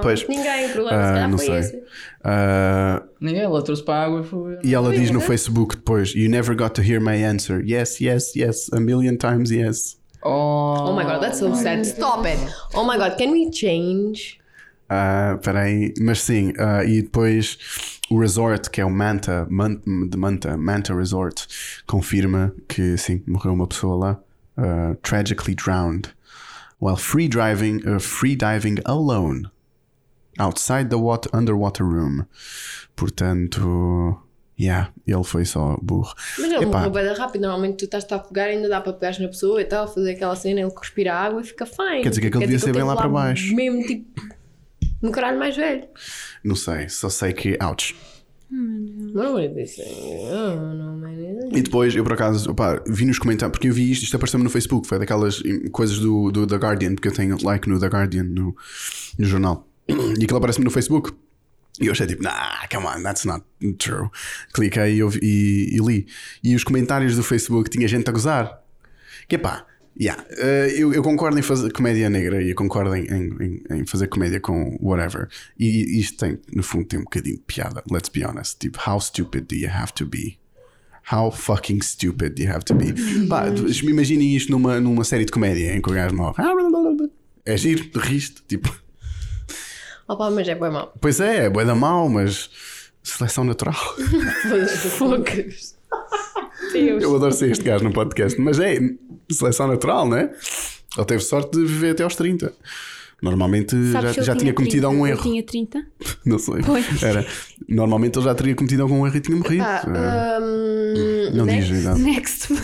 Speaker 2: Pois.
Speaker 4: Ninguém, problema, se
Speaker 2: Ah,
Speaker 4: calhar
Speaker 2: não
Speaker 4: foi
Speaker 2: sei.
Speaker 4: esse.
Speaker 2: Ah,
Speaker 1: Ninguém, ela trouxe para a água e foi.
Speaker 2: E ela diz
Speaker 4: é.
Speaker 2: no Facebook depois: You never got to hear my answer. Yes, yes, yes. A million times yes.
Speaker 1: Oh,
Speaker 4: Oh my god, that's so sad. Stop it. Oh my god, can we change?
Speaker 2: Ah, peraí. Mas sim, ah, e depois o resort, que é o Manta, Man- de Manta, Manta Resort, confirma que sim, morreu uma pessoa lá. ah, tragically drowned. While free driving, ah, free diving alone. Outside the water, underwater room. Portanto, yeah, ele foi só burro.
Speaker 4: Mas ele
Speaker 2: Epá.
Speaker 4: morreu bem rápido. Normalmente tu estás a afogar, ainda dá para pegar na pessoa e tal, fazer aquela cena, ele respira água e fica fine.
Speaker 2: Quer dizer que aquele devia ser
Speaker 4: ele
Speaker 2: bem lá
Speaker 4: teve
Speaker 2: para baixo.
Speaker 4: Mesmo tipo. No caralho mais velho.
Speaker 2: Não sei, só sei que, ouch.
Speaker 4: Mas não é disso. Não, não é disso.
Speaker 2: E depois, eu por acaso, opá, vi nos comentários, porque eu vi isto, isto apareceu-me no Facebook, foi daquelas hum, coisas do, do The Guardian, porque eu tenho like no The Guardian, no, no jornal. E aquilo aparece-me no Facebook. E eu achei tipo, nah, come on, that's not true. Cliquei e, ouvi- e- e li. E os comentários do Facebook tinha gente a gozar. Que pá, yeah, eh, eu, eu concordo em fazer comédia negra e eu concordo em, em- em- em fazer comédia com whatever. E isto tem, no fundo, tem um bocadinho de piada. Let's be honest. Tipo, how stupid do you have to be? How fucking stupid do you have to be? Pá, tu-
Speaker 3: Uhum.
Speaker 2: imaginem isto numa, numa série de comédia em que o gajo morre. É giro, riste, tipo.
Speaker 4: Opa, mas é bem mau.
Speaker 2: Pois é, é bué da mau, mas seleção natural.
Speaker 4: Focas.
Speaker 2: Eu adoro ser este gajo no podcast, mas é seleção natural, não é? Ele teve sorte de viver até aos 30. Normalmente já,
Speaker 3: Sabes que ele
Speaker 2: já tinha
Speaker 3: 30,
Speaker 2: cometido algum
Speaker 3: ele
Speaker 2: erro.
Speaker 3: tinha 30?
Speaker 2: Não sei. Era. Normalmente ele já teria cometido algum erro e tinha morrido.
Speaker 4: Ah,
Speaker 2: É.
Speaker 4: hum,
Speaker 2: não
Speaker 4: next.
Speaker 3: é
Speaker 2: diz a idade.
Speaker 3: Next.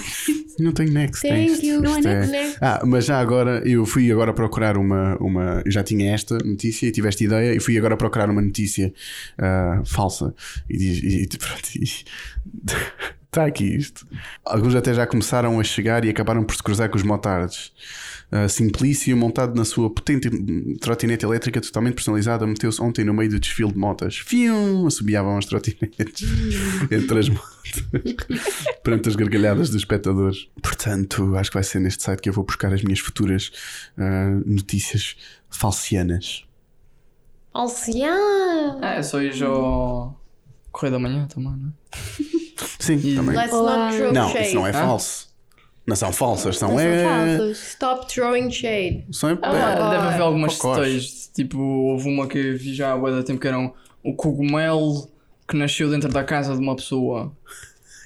Speaker 2: Não tem next.
Speaker 4: Thank
Speaker 2: é isto,
Speaker 4: you. Não é
Speaker 2: isto
Speaker 4: next, next.
Speaker 2: Ah, mas já agora, eu fui agora procurar uma, uma. Eu já tinha esta notícia e tive esta ideia e fui agora procurar uma notícia ah, falsa. E diz. E, e- pronto, Está aqui isto. Alguns até já começaram a chegar e acabaram por se cruzar com os motards. Ah, Simplício, montado na sua potente trotinete elétrica totalmente personalizada, meteu-se ontem no meio do desfile de motas. Fium! Assobiavam as trotinetes
Speaker 4: Hum.
Speaker 2: entre as motas perante as gargalhadas dos espectadores. Portanto, acho que vai ser neste site que eu vou buscar as minhas futuras ah, notícias falsianas.
Speaker 4: Alcian!
Speaker 1: Ah, é só ir ao Correio da Manhã também, não é?
Speaker 2: Sim, também.
Speaker 4: Let's not throw
Speaker 2: Não,
Speaker 4: shade.
Speaker 2: isso não é falso. Não são falsas, são, é.
Speaker 4: falsos. Stop throwing shade.
Speaker 2: São é-
Speaker 4: Ah,
Speaker 1: Deve haver algumas
Speaker 2: Cocós.
Speaker 1: questões. Tipo, houve uma que eu vi já há bué de tempo que era um- o cogumelo que nasceu dentro da casa de uma pessoa.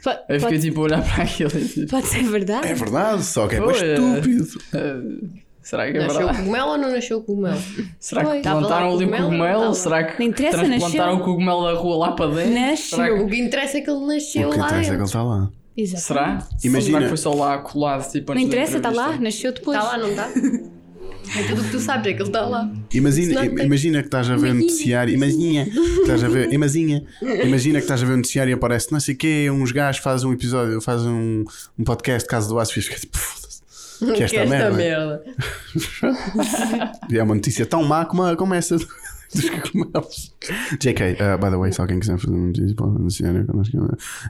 Speaker 3: Po-
Speaker 1: Eu fiquei
Speaker 3: Pode,
Speaker 1: tipo a olhar para aquilo e tipo,
Speaker 3: pode ser verdade?
Speaker 2: é verdade, só que é
Speaker 1: Pois.
Speaker 2: estúpido.
Speaker 1: "Ah, será que é
Speaker 4: Nasceu o
Speaker 1: verdade?
Speaker 4: cogumelo ou não nasceu o cogumelo?
Speaker 1: Será que
Speaker 3: Pois.
Speaker 1: plantaram
Speaker 4: Tava lá
Speaker 1: ali o
Speaker 4: cogumelo,
Speaker 1: cogumelo?
Speaker 4: tava.
Speaker 1: Será que
Speaker 3: Não interessa,
Speaker 1: transplantaram
Speaker 3: nasceu.
Speaker 1: o cogumelo da rua lá para dentro? Será que-
Speaker 4: O que interessa é que ele nasceu
Speaker 2: O que
Speaker 4: lá
Speaker 2: interessa é que ele
Speaker 4: dentro.
Speaker 2: está lá.
Speaker 3: Exato.
Speaker 1: Será?
Speaker 2: Imagina.
Speaker 1: Ou Será que foi só lá colado tipo
Speaker 3: Não
Speaker 1: antes da
Speaker 3: interessa, está lá,
Speaker 1: entrevista?
Speaker 3: nasceu depois.
Speaker 4: Está Tá lá, não está? É tudo o que tu sabes, é que ele está lá.
Speaker 2: Imagina,
Speaker 4: Senão tem-
Speaker 2: imagina que estás a ver um noticiário. Imagina que estás a ver. Imagina, imagina que estás a ver um noticiário e aparece não sei o quê. Uns gajos fazem um episódio, fazem um, um podcast Caso do Aço e fica tipo, foda-se. Que esta merda.
Speaker 4: merda.
Speaker 2: E é uma notícia tão má como, a- como essa do- dos cogumelos. JK, uh, by the way, se alguém quiser fazer uma notícia, pode anunciar connosco.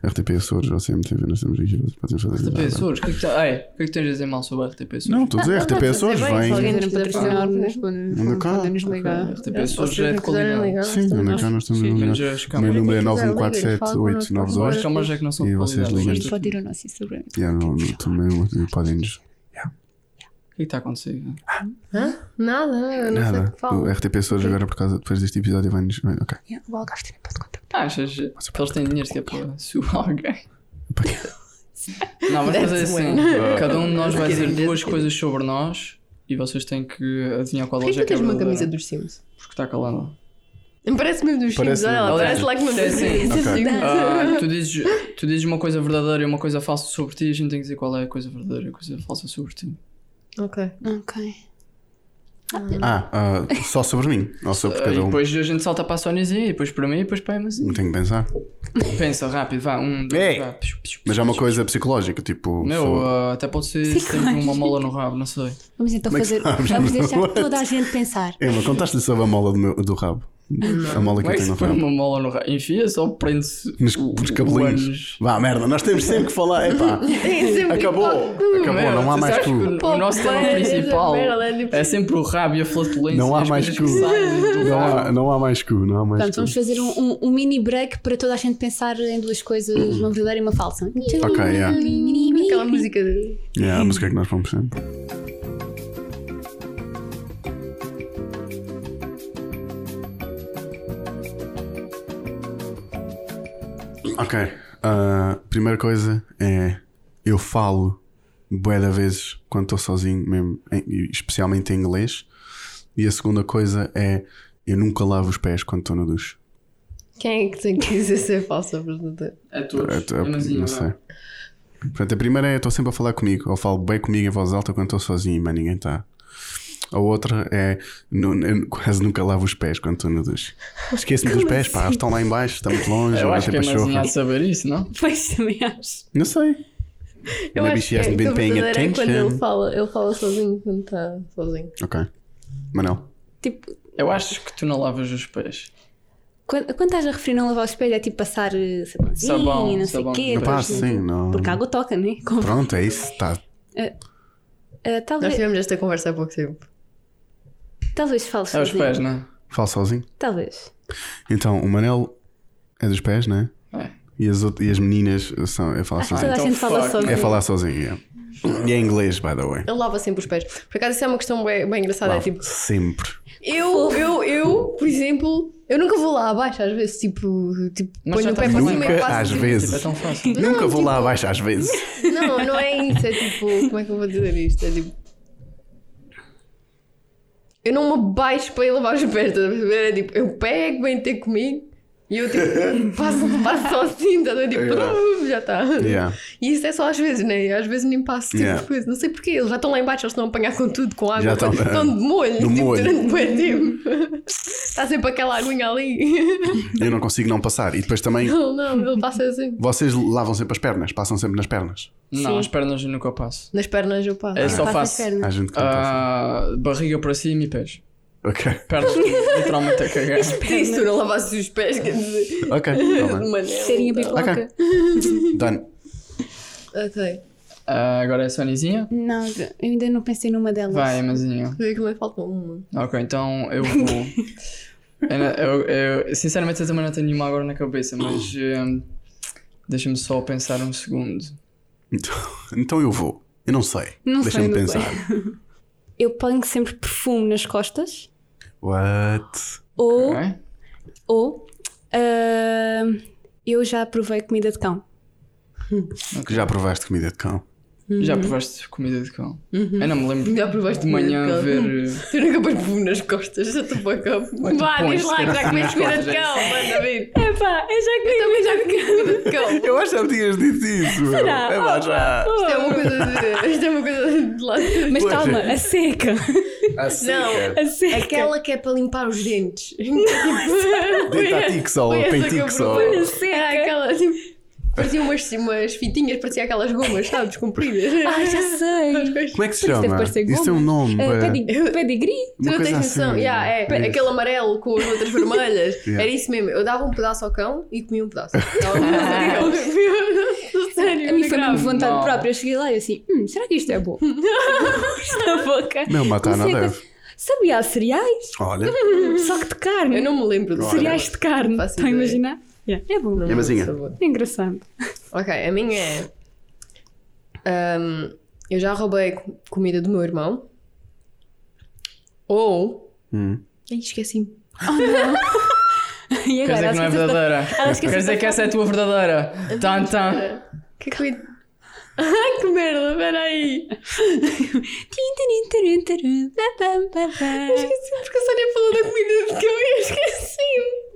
Speaker 2: eh, RTP Açores ou CMTV, nós estamos ligados. Podem fazer.
Speaker 1: RTP Açores, o que é que, tá... Ei, o que é que tens a dizer mal sobre a RTP Açores?
Speaker 2: Não, estou a dizer, RTP Açores
Speaker 4: bem, Ah, se
Speaker 2: vem.
Speaker 4: alguém-
Speaker 7: Podem patrocinar-nos, podem-
Speaker 2: Anda cá.
Speaker 7: podem-nos ligar.
Speaker 2: Tipo,
Speaker 1: RTP Açores é de qualidade.
Speaker 2: Sim, onde é que nós estamos
Speaker 1: Menos as
Speaker 2: ligados? O meu
Speaker 1: câmaras.
Speaker 2: número é
Speaker 1: Só as
Speaker 2: 9147892.
Speaker 1: câmaras é que não são
Speaker 2: E
Speaker 1: de
Speaker 2: vocês
Speaker 1: qualidade.
Speaker 2: ligam.
Speaker 1: mas
Speaker 3: E
Speaker 1: O
Speaker 3: pode ir ao nosso Instagram.
Speaker 2: Yeah, não, não, também podem-nos.
Speaker 1: que é que está a acontecer?
Speaker 4: Nada, eu não sei o
Speaker 2: Nada. é
Speaker 4: que
Speaker 2: O
Speaker 4: falo.
Speaker 2: RTP Açores agora, por causa, depois deste episódio, vai-nos. vai- Ok.
Speaker 1: Tá, Achas que
Speaker 2: é
Speaker 1: eles têm dinheiro sequer para suar alguém?
Speaker 2: Para quê? Ah.
Speaker 1: Não, vamos fazer
Speaker 4: That's
Speaker 1: assim. Cada um de nós vai dizer duas coisas sobre nós e vocês têm que adivinhar qual
Speaker 4: Por que
Speaker 1: delas
Speaker 4: tu
Speaker 1: é que é
Speaker 4: tens uma
Speaker 1: verdadeira.
Speaker 4: camisa dos Sims?
Speaker 1: Porque está calado.
Speaker 4: Parece mesmo dos
Speaker 2: Parece
Speaker 4: Sims, olha lá,
Speaker 1: mesmo.
Speaker 4: parece lá que uma
Speaker 1: Parece sim.
Speaker 4: dos
Speaker 2: Ok.
Speaker 4: Sims.
Speaker 1: Ah, tu, dizes, tu dizes uma coisa verdadeira e uma coisa falsa sobre ti e a gente tem que dizer qual é a coisa verdadeira e a coisa falsa sobre ti.
Speaker 4: Ok.
Speaker 3: Ok.
Speaker 2: Ah, ah, só sobre mim. Ou sobre
Speaker 1: Ah,
Speaker 2: cada
Speaker 1: e
Speaker 2: um.
Speaker 1: depois a gente salta para a Sonizinha e depois para mim e depois para a Emazinha.
Speaker 2: Não tenho que pensar.
Speaker 1: Pensa rápido, vá, um, dois,
Speaker 2: Ei!
Speaker 1: vá. Piu, piu, piu.
Speaker 2: Mas é uma coisa psicológica, tipo.
Speaker 1: Meu,
Speaker 2: sou-
Speaker 1: ah, até pode ser
Speaker 3: Sim,
Speaker 1: tem
Speaker 3: claro.
Speaker 1: uma mola no rabo, não sei.
Speaker 3: Vamos então
Speaker 2: Como é que
Speaker 3: fazer.
Speaker 2: sabes?
Speaker 3: Vamos deixar
Speaker 2: What?
Speaker 3: toda a gente pensar.
Speaker 2: Emma, contaste-lhe sobre a mola do, meu- do rabo. A mola que
Speaker 1: Como
Speaker 2: eu
Speaker 1: é que
Speaker 2: tenho no
Speaker 1: se põe uma
Speaker 2: rabo.
Speaker 1: mola no rabo? Enfia-se ou prende-se
Speaker 2: Nos,
Speaker 1: o-
Speaker 2: nos
Speaker 1: o
Speaker 2: cabelinhos.
Speaker 1: ânus?
Speaker 2: Vá, merda, nós temos sempre que falar. Epá, acabou, acabou, não há
Speaker 1: Tu
Speaker 2: mais
Speaker 1: sabes
Speaker 2: cu.
Speaker 1: que o- O nosso tema
Speaker 4: Pô,
Speaker 1: principal
Speaker 4: merda, é tipo-
Speaker 1: é sempre o rabo e a flatulência.
Speaker 2: Não há
Speaker 1: as
Speaker 2: mais
Speaker 1: coisas
Speaker 2: cu.
Speaker 1: que saem do
Speaker 2: Não
Speaker 1: rabo.
Speaker 2: há, não há mais cu, não há mais
Speaker 3: Portanto,
Speaker 2: cu.
Speaker 3: vamos fazer um, um- um mini break para toda a gente pensar em duas coisas, uma verdadeira e uma falsa.
Speaker 2: Ok, yeah.
Speaker 4: Aquela música de...
Speaker 2: Yeah, É, a música que nós vamos sempre. Ok, ah, primeira coisa é eu falo bué da vezes quando estou sozinho, mesmo, em- especialmente em inglês. E a segunda coisa é eu nunca lavo os pés quando estou no duche.
Speaker 4: Quem é que tem que dizer se é falsa ou verdadeira?
Speaker 1: É tudo.
Speaker 2: É, é,
Speaker 1: Emazinha,
Speaker 2: não
Speaker 1: vá.
Speaker 2: sei. Portanto, a primeira é eu estou sempre a falar comigo. Eu falo bem comigo em voz alta quando estou sozinho, mas ninguém está. A outra é nu- eu quase nunca lavo os pés quando estou no duche. Esqueço-me dos
Speaker 4: assim?
Speaker 2: pés, pá, estão lá em baixo, estão muito longe,
Speaker 1: Eu
Speaker 2: lá
Speaker 1: acho que
Speaker 2: tem
Speaker 1: é
Speaker 2: pachorra.
Speaker 1: mais a saber isso, não?
Speaker 3: Pois também acho.
Speaker 2: Não sei.
Speaker 4: Eu
Speaker 2: Maybe
Speaker 4: acho
Speaker 2: she
Speaker 4: que
Speaker 2: hasn't
Speaker 4: a
Speaker 2: been paying
Speaker 4: verdadeira é quando
Speaker 2: attention.
Speaker 4: ele fala, ele fala sozinho, quando está sozinho.
Speaker 2: Ok. Manel.
Speaker 3: Tipo,
Speaker 1: Eu acho que tu não lavas os pés.
Speaker 3: Quando, quando estás a referir não lavar os pés, é tipo passar eh, sabãozinho,
Speaker 1: Sabão,
Speaker 3: não
Speaker 1: sabão.
Speaker 3: sei o quê.
Speaker 2: Epá,
Speaker 4: é
Speaker 3: depois-
Speaker 2: sim,
Speaker 4: assim.
Speaker 2: não.
Speaker 3: Porque a água toca, né? Com,
Speaker 2: Pronto, é isso. Tá.
Speaker 3: Ah,
Speaker 4: Nós
Speaker 3: talvez,
Speaker 4: tivemos esta conversa há pouco tempo.
Speaker 3: talvez fales
Speaker 1: É os
Speaker 3: sozinho.
Speaker 1: pés, não
Speaker 2: Fala sozinho.
Speaker 3: Talvez.
Speaker 2: Então, o Manel é dos pés, né?
Speaker 1: é? É.
Speaker 2: E as, out- e as meninas são. É
Speaker 4: Ah,
Speaker 2: falar
Speaker 3: Acho que toda
Speaker 2: sozinho.
Speaker 3: a
Speaker 1: então
Speaker 3: gente fala
Speaker 1: fuck.
Speaker 3: sobre.
Speaker 2: É falar sozinho, é. E é inglês, by the way.
Speaker 4: Ele lava sempre os pés. Por acaso, isso é uma questão bem, bem engraçada. É
Speaker 2: Lá,
Speaker 4: tipo,
Speaker 2: Sempre.
Speaker 4: eu, eu, eu, por exemplo, eu nunca vou lá abaixo, às vezes, tipo, tipo
Speaker 1: Mas
Speaker 4: ponho
Speaker 1: já
Speaker 4: o pé
Speaker 1: tá-
Speaker 4: para cima e
Speaker 2: Nunca
Speaker 4: passo.
Speaker 2: às
Speaker 4: tipo-
Speaker 1: Tipo, é
Speaker 2: vezes.
Speaker 1: tão fácil.
Speaker 2: Nunca vou lá abaixo às vezes.
Speaker 4: Não, não é isso. É tipo, como é que eu vou dizer isto? É tipo. Eu não me baixo para ir lavar os pés, estás a perceber? É tipo, eu pego, vem ter comigo e eu tipo, passo, passo sozinho, estás a ver? Tipo,
Speaker 2: Yeah.
Speaker 4: já está.
Speaker 2: É Yeah.
Speaker 4: E isso é só às vezes, né? Às vezes nem passo tipo
Speaker 2: Yeah.
Speaker 4: de coisa. Não sei porquê, eles já estão lá embaixo, eles estão a apanhar com tudo, com água.
Speaker 2: Já estão-
Speaker 4: estão de molho,
Speaker 2: No
Speaker 4: tipo,
Speaker 2: molho.
Speaker 4: durante bué tempo. Está sempre aquela aguinha ali.
Speaker 2: Eu não consigo não passar. E depois também.
Speaker 4: Não, não, ele passa assim.
Speaker 2: Vocês lavam sempre as pernas, passam sempre nas pernas.
Speaker 1: Não,
Speaker 4: Sim.
Speaker 1: as pernas eu nunca passo.
Speaker 4: Nas pernas eu passo.
Speaker 2: Ah.
Speaker 1: É só
Speaker 4: Passo as
Speaker 1: faço.
Speaker 4: pernas.
Speaker 2: Há gente que não passa.
Speaker 1: Ah, barriga para cima e pés.
Speaker 2: Ok.
Speaker 1: Pernas literalmente a cagar.
Speaker 4: Se isso tu não lavasses os pés, quer dizer,
Speaker 2: Ok. tá bem.
Speaker 4: mano.
Speaker 3: Serem a bicoca.
Speaker 2: Ok. Done.
Speaker 4: Ok.
Speaker 1: Ah, agora é a Sonizinha?
Speaker 3: Não, eu ainda não pensei numa delas.
Speaker 1: Vai, Amazinho.
Speaker 4: Vê como é que falta uma.
Speaker 1: Ok, então eu vou. eu, não- eu- eu- sinceramente, eu também não tenho nenhuma agora na cabeça, mas ehm, deixa-me só pensar um segundo.
Speaker 2: Então, então eu vou. Eu não sei.
Speaker 3: Não sei,
Speaker 2: Deixa-me
Speaker 3: não
Speaker 2: pensar.
Speaker 3: Eu ponho sempre perfume nas costas.
Speaker 2: What?
Speaker 4: Oh.
Speaker 3: Ou,
Speaker 1: ok?
Speaker 3: ou ah, eu já provei comida de cão.
Speaker 2: Que já provaste comida de cão?
Speaker 1: Já
Speaker 4: Uhum.
Speaker 1: provaste comida de cão? Eu não me lembro
Speaker 4: Já provaste
Speaker 1: de manhã
Speaker 4: comida de Uhum. cão?
Speaker 1: ver. eh,
Speaker 4: Tu nunca pões perfume nas costas, eu estou para cá.
Speaker 1: tu
Speaker 4: Vá,
Speaker 1: pões,
Speaker 4: diz lá,
Speaker 1: se
Speaker 4: que
Speaker 1: calhar,
Speaker 4: já comeste
Speaker 1: nas
Speaker 4: comida de
Speaker 1: costas,
Speaker 4: cão, manda vir.
Speaker 3: Epá, eu já
Speaker 4: Eu também já comi comida de cão.
Speaker 2: Eu acho que já me tinhas dito isso. meu. É lá já.
Speaker 4: Isto é uma coisa de. Isto é uma coisa de lá.
Speaker 3: Mas
Speaker 2: Pois é.
Speaker 3: calma, a seca.
Speaker 2: Assim,
Speaker 4: Não.
Speaker 2: é.
Speaker 3: A seca.
Speaker 4: Aquela que é para limpar os dentes.
Speaker 2: Dentatix ou
Speaker 4: Foi essa que eu
Speaker 2: pentix ou.
Speaker 4: provei.
Speaker 3: seca.
Speaker 4: É aquela, tipo. Parecia umas, umas fitinhas, parecia aquelas gomas, sabes, compridas.
Speaker 3: Ah, já sei.
Speaker 2: Como é que se
Speaker 3: Por isso deve
Speaker 2: chama?
Speaker 3: parecer
Speaker 2: Isso tem um
Speaker 3: goma.
Speaker 2: nome.
Speaker 3: Ah,
Speaker 2: bué.
Speaker 3: pedi- Pedigree?
Speaker 2: Uma
Speaker 4: tu não
Speaker 2: coisa
Speaker 4: tens
Speaker 2: assim,
Speaker 4: noção. Yeah, é,
Speaker 2: isso.
Speaker 4: aquele amarelo com as outras vermelhas.
Speaker 2: Yeah.
Speaker 4: Era isso mesmo. Eu dava um pedaço ao cão e comia um pedaço. Dava um pedaço ao cão. Sério,
Speaker 3: A mim foi
Speaker 4: grave.
Speaker 3: mesmo vontade
Speaker 1: Não.
Speaker 3: própria. Eu cheguei lá e eu assim, hum, será que isto é bom? isto na boca.
Speaker 2: Não, matar não
Speaker 3: Comecei a-
Speaker 2: deve.
Speaker 3: Sabia há cereais,
Speaker 2: Olha.
Speaker 3: só que de carne.
Speaker 4: Eu não me lembro de
Speaker 3: Cereais de carne.
Speaker 4: Faço
Speaker 3: Estão a
Speaker 4: ideia.
Speaker 3: imaginar? Yeah, É bom.
Speaker 4: Não me
Speaker 2: É
Speaker 4: lembro
Speaker 2: mazinha.
Speaker 4: de sabor.
Speaker 3: É engraçado.
Speaker 4: Ok, a minha é. ahm, eu já roubei co- comida do meu irmão. Ou.
Speaker 2: Hum.
Speaker 4: Ai, esqueci-me.
Speaker 3: E
Speaker 1: Quer dizer
Speaker 3: agora?
Speaker 1: que não é verdadeira? Quer dizer que essa é a tua verdadeira? Tan, tan.
Speaker 4: Que cuida. Ai, que merda, peraí. Esqueci-me porque a Sónia falou da comida de cão e eu esqueci-me.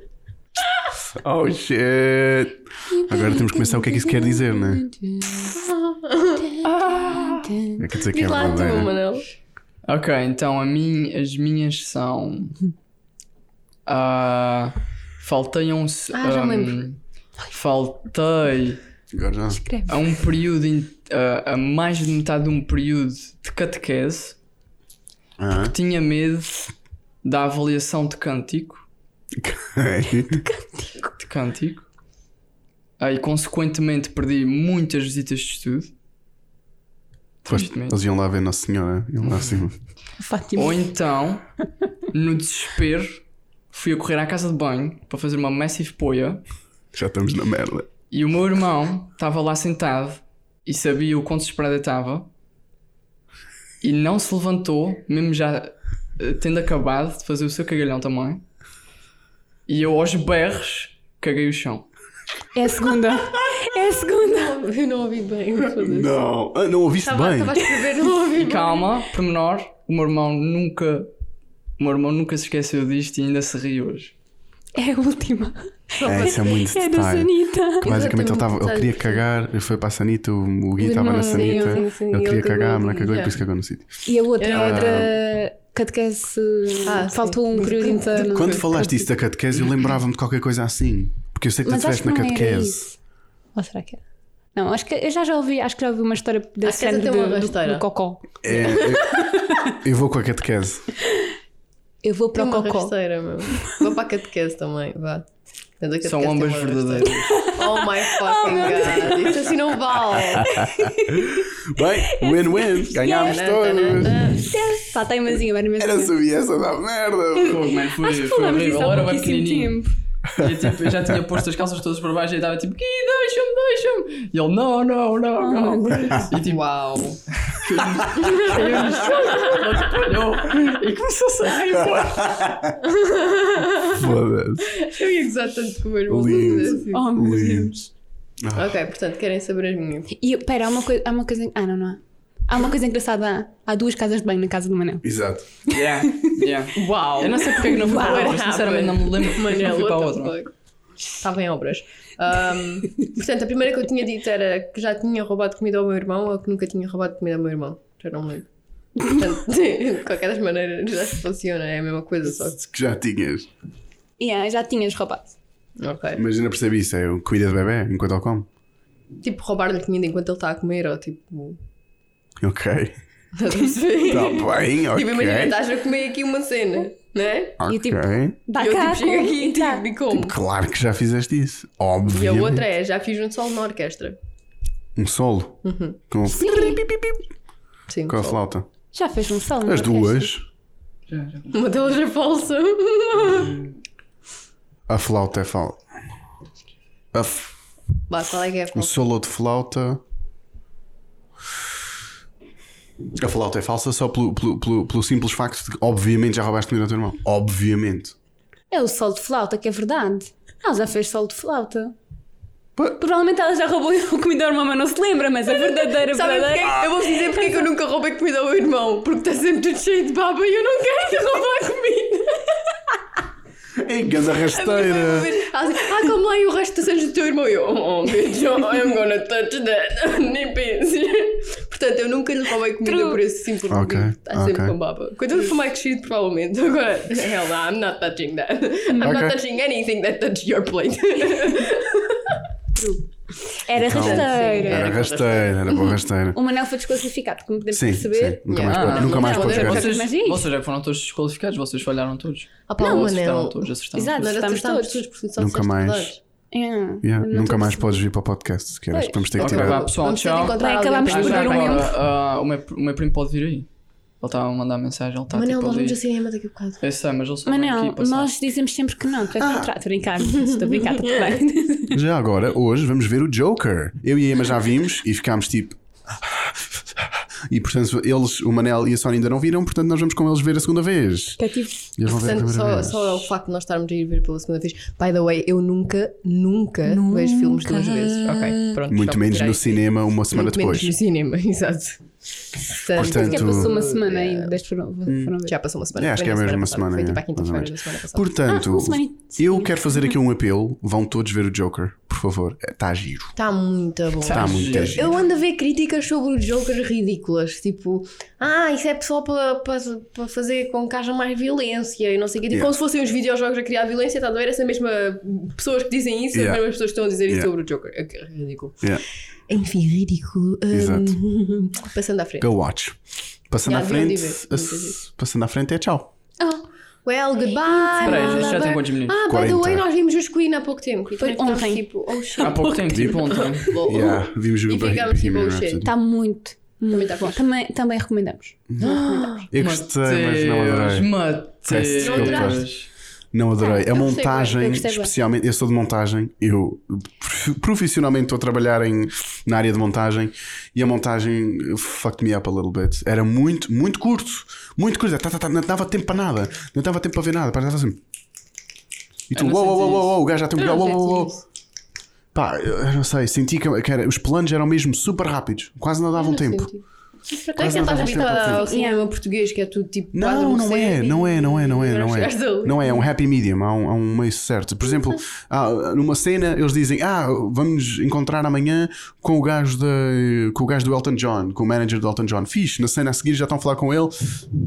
Speaker 2: Oh shit. Agora temos que pensar o que é que isso quer dizer, né?
Speaker 4: Ah.
Speaker 3: Ah.
Speaker 2: É que dizer que é
Speaker 4: Diz lá a tua,
Speaker 2: verdadeira.
Speaker 4: Manel.
Speaker 1: Ok, então a mim, as minhas são. ah, faltei a um. se-
Speaker 4: Ah, já me
Speaker 1: ahm,
Speaker 4: lembro.
Speaker 1: Faltei
Speaker 2: Agora já.
Speaker 1: a um período. in- a- a mais de metade de um período de catequese.
Speaker 2: Ah,
Speaker 1: Tinha medo da avaliação de cântico.
Speaker 2: ok.
Speaker 1: De cântico. Ah, e consequentemente perdi muitas visitas de estudo.
Speaker 2: Pois,
Speaker 1: Tristemente.
Speaker 2: Eles iam lá ver Nossa Senhora. Iam lá assim. acima.
Speaker 1: Ou então, no desespero, fui a correr à casa de banho para fazer uma massive poia
Speaker 2: Já estamos na merda.
Speaker 1: e o meu irmão estava lá sentado e sabia o quão desesperado eu estava e não se levantou, mesmo já eh, tendo acabado de fazer o seu cagalhão também. E eu, aos berros, caguei o chão.
Speaker 3: É a segunda. É a segunda.
Speaker 4: Eu não ouvi bem. foda-se.
Speaker 2: Não. Ah, não ouviste
Speaker 4: Estava
Speaker 2: bem?
Speaker 4: estava a escrever, não ouvi bem.
Speaker 1: Calma, pormenor, o meu irmão nunca. O meu irmão nunca se esqueceu disto e ainda se ri hoje.
Speaker 3: É a última.
Speaker 2: É, isso é muito
Speaker 3: É da
Speaker 2: detalhe.
Speaker 3: Sanita.
Speaker 2: Que basicamente ele, tava, ele
Speaker 4: Exatamente.
Speaker 2: queria cagar, ele foi para a Sanita, o, o Gui estava na
Speaker 4: Sim,
Speaker 2: Sanita,
Speaker 4: sim, sim,
Speaker 2: ele
Speaker 4: ele
Speaker 2: queria
Speaker 4: cagou
Speaker 2: cagar,
Speaker 4: ali,
Speaker 2: mas não cagou e
Speaker 4: já.
Speaker 2: por isso cagou no sítio.
Speaker 3: E a outra
Speaker 4: Ah.
Speaker 3: é da catequese.
Speaker 4: Ah, sim.
Speaker 3: Faltou um
Speaker 4: Mas
Speaker 3: período
Speaker 4: quando-
Speaker 3: inteiro.
Speaker 2: Quando falaste isso da catequese, eu lembrava-me de qualquer coisa assim. Porque eu sei que tu
Speaker 3: Mas acho
Speaker 2: estiveste
Speaker 3: que
Speaker 2: na
Speaker 3: não era
Speaker 2: catequese.
Speaker 3: isso. Ou será que era? Não, acho que eu já, já ouvi, acho que já ouvi uma história
Speaker 4: Acho
Speaker 3: desse
Speaker 4: que essa
Speaker 3: género
Speaker 4: tem uma
Speaker 3: do- do,
Speaker 4: rasteira.
Speaker 3: do cocó.
Speaker 2: É, eu, eu vou com a catequese.
Speaker 3: Eu vou
Speaker 4: Tem
Speaker 3: para o
Speaker 4: uma
Speaker 3: cocó.
Speaker 4: rasteira, meu. Vou para a catequese também, vá. Tanto que
Speaker 1: São
Speaker 4: até
Speaker 1: ambas
Speaker 4: tem uma-
Speaker 1: verdadeiras.
Speaker 4: Oh my fucking god. Isto assim não vale.
Speaker 2: Bem, win-win, ganhámos todos.
Speaker 3: Está a taimazinha, agora mesmo.
Speaker 2: Era sabia essa da merda.
Speaker 1: Fogo, mano, foi,
Speaker 7: Acho que
Speaker 1: foi
Speaker 7: falámos
Speaker 1: horrível.
Speaker 7: disso
Speaker 1: Ela
Speaker 7: há
Speaker 1: era bem
Speaker 7: pouquíssimo
Speaker 1: pequenininha.
Speaker 7: tempo.
Speaker 1: Eu, tipo, eu já tinha posto as calças todas para baixo e estava tipo, "Ih, deixa-me, deixa-me. E ele, não, não, não,
Speaker 7: Ah,
Speaker 1: não. E tipo,
Speaker 4: Uau.
Speaker 1: olhou e começou-se a rir. pô.
Speaker 2: Foda-se.
Speaker 4: Eu ia gozar tanto com o meu
Speaker 2: Lindo.
Speaker 4: irmão. é assim.
Speaker 7: Oh, meu Deus.
Speaker 2: Lindo.
Speaker 4: Ok, portanto, querem saber as minhas.
Speaker 3: E pera, há uma coisa. Há uma coisa ah, não, não há. Há uma coisa engraçada. Há, há duas casas de banho na casa do Manel.
Speaker 2: Exato.
Speaker 1: Yeah, yeah.
Speaker 4: Uau. Ah,
Speaker 1: Eu não sei porque é que não fui para a outra, sinceramente não me lembro porque é que não fui
Speaker 4: tá
Speaker 1: para a outra.
Speaker 4: Estava em obras. Ahm, portanto, a primeira que eu tinha dito era que já tinha roubado comida ao meu irmão ou que nunca tinha roubado comida ao meu irmão. Já não me lembro. Portanto, de qualquer das maneiras já se funciona, é a mesma coisa só.
Speaker 2: Que já tinhas.
Speaker 3: Yeah, já tinhas roubado.
Speaker 4: Ok.
Speaker 2: Mas ainda percebi isso, é o cuida do bebê enquanto ele come.
Speaker 4: Tipo, roubar-lhe comida enquanto ele está a comer ou tipo.
Speaker 2: Ok.
Speaker 4: Estás a perceber?
Speaker 2: Tá bem, ok.
Speaker 4: Tipo, imagina, estás a comer aqui uma cena, né?
Speaker 2: Ok.
Speaker 3: E tipo, Dá
Speaker 4: E eu
Speaker 3: cá
Speaker 4: tipo chego
Speaker 3: com-
Speaker 4: aqui e
Speaker 3: tá.
Speaker 4: tipo, e como?
Speaker 2: Claro que já fizeste isso.
Speaker 4: E
Speaker 2: Óbvio.
Speaker 4: a outra é, já fiz um solo na orquestra.
Speaker 2: Um solo. Com,
Speaker 4: Sim.
Speaker 2: com a
Speaker 4: solo.
Speaker 2: flauta.
Speaker 3: Já fez um solo.
Speaker 2: As
Speaker 3: não fez?
Speaker 2: duas.
Speaker 4: Uma delas é falsa.
Speaker 2: A flauta é falsa. A f-
Speaker 4: Vá, qual é que é a
Speaker 2: Um
Speaker 4: falsa?
Speaker 2: solo de flauta. A flauta é falsa só pelo, pelo, pelo, pelo simples facto de que, obviamente, já roubaste comida ao teu irmão. Obviamente.
Speaker 3: É o solo de flauta, que é verdade. Ela já fez solo de flauta.
Speaker 2: Pô.
Speaker 3: Provavelmente ela já roubou o comedor, mas não se lembra, mas a verdadeira
Speaker 4: Sabem
Speaker 3: verdadeira.
Speaker 4: porquê? Eu vou dizer Tá porque é que eu nunca roubei comida ao meu irmão. Porque está sempre tudo cheio de baba e eu não quero roubar comida.
Speaker 2: Ei, ganda rasteira!
Speaker 4: Ela assim, ah, como lá e o resto dos anos do teu irmão? E eu, oh, oh, bitch, oh, I'm gonna touch that. Nem penses. Portanto, eu nunca lhe roubei comida
Speaker 3: True.
Speaker 4: por esse simples
Speaker 2: Ok,
Speaker 4: motivo. Está sempre
Speaker 2: ok.
Speaker 4: com baba. Quando ele for mais crescido, provavelmente. Agora, hell no, I'm not touching that. I'm
Speaker 2: Ok.
Speaker 4: not touching anything that touches your plate.
Speaker 3: Era
Speaker 2: Então,
Speaker 3: rasteira.
Speaker 2: Era rasteira, era boa rasteira.
Speaker 3: O Manel foi desclassificado, como podemos
Speaker 2: Sim, sim.
Speaker 3: perceber.
Speaker 2: Nunca
Speaker 4: Yeah.
Speaker 2: mais, pode,
Speaker 1: Ah,
Speaker 2: nunca mais
Speaker 4: não,
Speaker 2: pode
Speaker 4: não,
Speaker 2: jogar.
Speaker 1: Vocês,
Speaker 3: Mas é isso.
Speaker 1: vocês é que foram todos desqualificados, vocês falharam todos.
Speaker 4: Ah, pá,
Speaker 1: Ou
Speaker 4: o
Speaker 1: acertaram
Speaker 4: anel.
Speaker 1: todos, acertaram
Speaker 3: Exato.
Speaker 1: todos.
Speaker 4: Nós
Speaker 3: Estamos
Speaker 4: acertámos
Speaker 3: todos.
Speaker 4: todos, porque só
Speaker 2: Nunca
Speaker 4: disseste
Speaker 2: mais.
Speaker 4: verdades.
Speaker 3: Yeah.
Speaker 2: Yeah,
Speaker 3: É. Não
Speaker 2: nunca
Speaker 3: tô
Speaker 2: mais
Speaker 3: percebendo.
Speaker 2: podes vir para o podcast, se queres. Vamos ter que
Speaker 1: Ok,
Speaker 2: tirar.
Speaker 1: vá, pessoal,
Speaker 4: Vamos ter de
Speaker 1: tchau.
Speaker 4: encontrar
Speaker 3: Bem,
Speaker 4: alguém
Speaker 3: acabamos
Speaker 4: para
Speaker 1: Ah, já
Speaker 3: Perder um
Speaker 4: ajudar.
Speaker 1: agora, ah, o, meu, o meu primo pode vir aí. Ele estava a mandar mensagem, ele está
Speaker 4: Manel,
Speaker 1: tipo
Speaker 4: nós
Speaker 1: ali.
Speaker 4: vamos assim. ao cinema daqui a bocado.
Speaker 1: Eu sei, mas ele só vem
Speaker 3: Manel,
Speaker 1: aqui passar.
Speaker 3: nós dizemos sempre que não, tu
Speaker 2: Ah.
Speaker 3: és contrato, estou a brincar, estou a brincar, tá estou a brincar.
Speaker 2: Já agora, hoje, vamos ver o Joker. Eu e a Emma já vimos e ficámos tipo. E portanto, eles, o Manel e a Sónia ainda não viram, portanto, nós vamos com eles ver a segunda vez.
Speaker 3: Tá tipo,
Speaker 2: E eles vão ver a
Speaker 4: Portanto,
Speaker 2: primeira
Speaker 4: só,
Speaker 2: vez.
Speaker 4: só o facto de nós estarmos a ir ver pela segunda vez. By the way, eu nunca, nunca, vejo filmes duas vezes. Ok, pronto.
Speaker 2: Muito
Speaker 4: só
Speaker 2: menos
Speaker 4: tirei
Speaker 2: no
Speaker 4: isso.
Speaker 2: cinema uma semana
Speaker 4: Muito menos no
Speaker 2: depois.
Speaker 4: cinema, exato. Portanto,
Speaker 3: Que
Speaker 2: Portanto,
Speaker 3: é passou uma semana ainda, deste foram, foram ver.
Speaker 4: já passou uma semana.
Speaker 2: É, acho
Speaker 4: foi
Speaker 2: que é
Speaker 4: na
Speaker 2: mesmo uma
Speaker 4: passada,
Speaker 2: semana,
Speaker 4: Foi
Speaker 2: é,
Speaker 4: tipo à quinta-feira
Speaker 2: mais ou
Speaker 4: da semana passada.
Speaker 3: Ah,
Speaker 2: portanto
Speaker 3: uma semana-
Speaker 2: eu quero fazer aqui um apelo. Vão todos ver o Joker, por favor. Está giro.
Speaker 4: Está muito bom.
Speaker 2: Está
Speaker 1: Ah,
Speaker 2: muito
Speaker 1: giro.
Speaker 2: giro.
Speaker 4: Eu ando a ver críticas sobre os Joker ridículas, tipo, ah, isso é pessoal para, para, para fazer com que haja mais violência e não sei o quê. Tipo,
Speaker 2: Yeah.
Speaker 4: como se fossem os videojogos a criar violência, está a ver? Essa mesma pessoas que dizem isso,
Speaker 2: Yeah.
Speaker 4: as mesmas pessoas que estão a dizer isso
Speaker 2: Yeah.
Speaker 4: sobre o Joker. É que é ridículo.
Speaker 2: Yeah.
Speaker 4: Enfim, ridículo. Hum,
Speaker 2: Exato.
Speaker 4: passando à frente.
Speaker 2: Go watch. Passando à
Speaker 4: Já, deviam de
Speaker 2: frente,
Speaker 4: ver, deviam de ver.
Speaker 2: passando à frente é tchau.
Speaker 4: Well, goodbye.
Speaker 1: Espera aí,
Speaker 4: my
Speaker 1: isto já tem
Speaker 4: lover.
Speaker 1: quantos minutos?
Speaker 4: Ah, by
Speaker 2: 40.
Speaker 4: the way, nós vimos os Queen há pouco tempo. E
Speaker 3: Foi
Speaker 4: também ficámos
Speaker 3: ontem.
Speaker 4: Tipo, oh, shit.
Speaker 1: Há pouco tempo, tipo ontem.
Speaker 4: Lol.
Speaker 2: Yeah, vimos o
Speaker 4: Oh, E ficamos tipo,
Speaker 2: Bohemian
Speaker 4: oh, shit.
Speaker 2: Rhapsody.
Speaker 3: Está Tá muito, muito
Speaker 4: tá
Speaker 3: bom.
Speaker 4: fixe.
Speaker 3: Também, também recomendamos.
Speaker 2: Eu gostei, mas não adorei. Peço
Speaker 1: Mateus,
Speaker 2: desculpa.
Speaker 1: Mateus.
Speaker 2: Não adorei.
Speaker 4: eu gostei
Speaker 2: a montagem,
Speaker 3: bem, eu gostei bem.
Speaker 2: especialmente, eu sou de montagem, eu prof- profissionalmente estou a trabalhar em, na área de montagem e a montagem eh, fucked me up a little bit. Era muito, muito curto, muito curto. Tá, tá, tá, não dava tempo para nada, não dava tempo para ver nada, parava assim. E tu,
Speaker 1: Eu não
Speaker 2: uou, uou,
Speaker 1: senti
Speaker 2: uou,
Speaker 1: isso.
Speaker 2: uou, o gajo já tem um.
Speaker 4: Eu não
Speaker 2: Uou, uou,
Speaker 4: senti
Speaker 2: uou.
Speaker 4: isso.
Speaker 2: Pá, eu eu não sei, senti que, que era- os planos eram mesmo super rápidos, quase não davam tempo.
Speaker 4: Como é que
Speaker 2: não
Speaker 4: estás
Speaker 2: dava tempo
Speaker 4: habituada
Speaker 2: ao
Speaker 4: ao cinema português, que é tudo tipo. quase
Speaker 2: Não,
Speaker 4: um
Speaker 2: não é,
Speaker 4: série?
Speaker 2: não é, não é, não é, não é.
Speaker 4: chegaste ali.
Speaker 2: Não é, é um happy medium, há um, há um meio certo. Por exemplo, há- numa cena eles dizem: Ah, vamos encontrar amanhã com o gajo de, com o gajo do Elton John, com o manager do Elton John. Fixe, na cena a seguir já estão a falar com ele,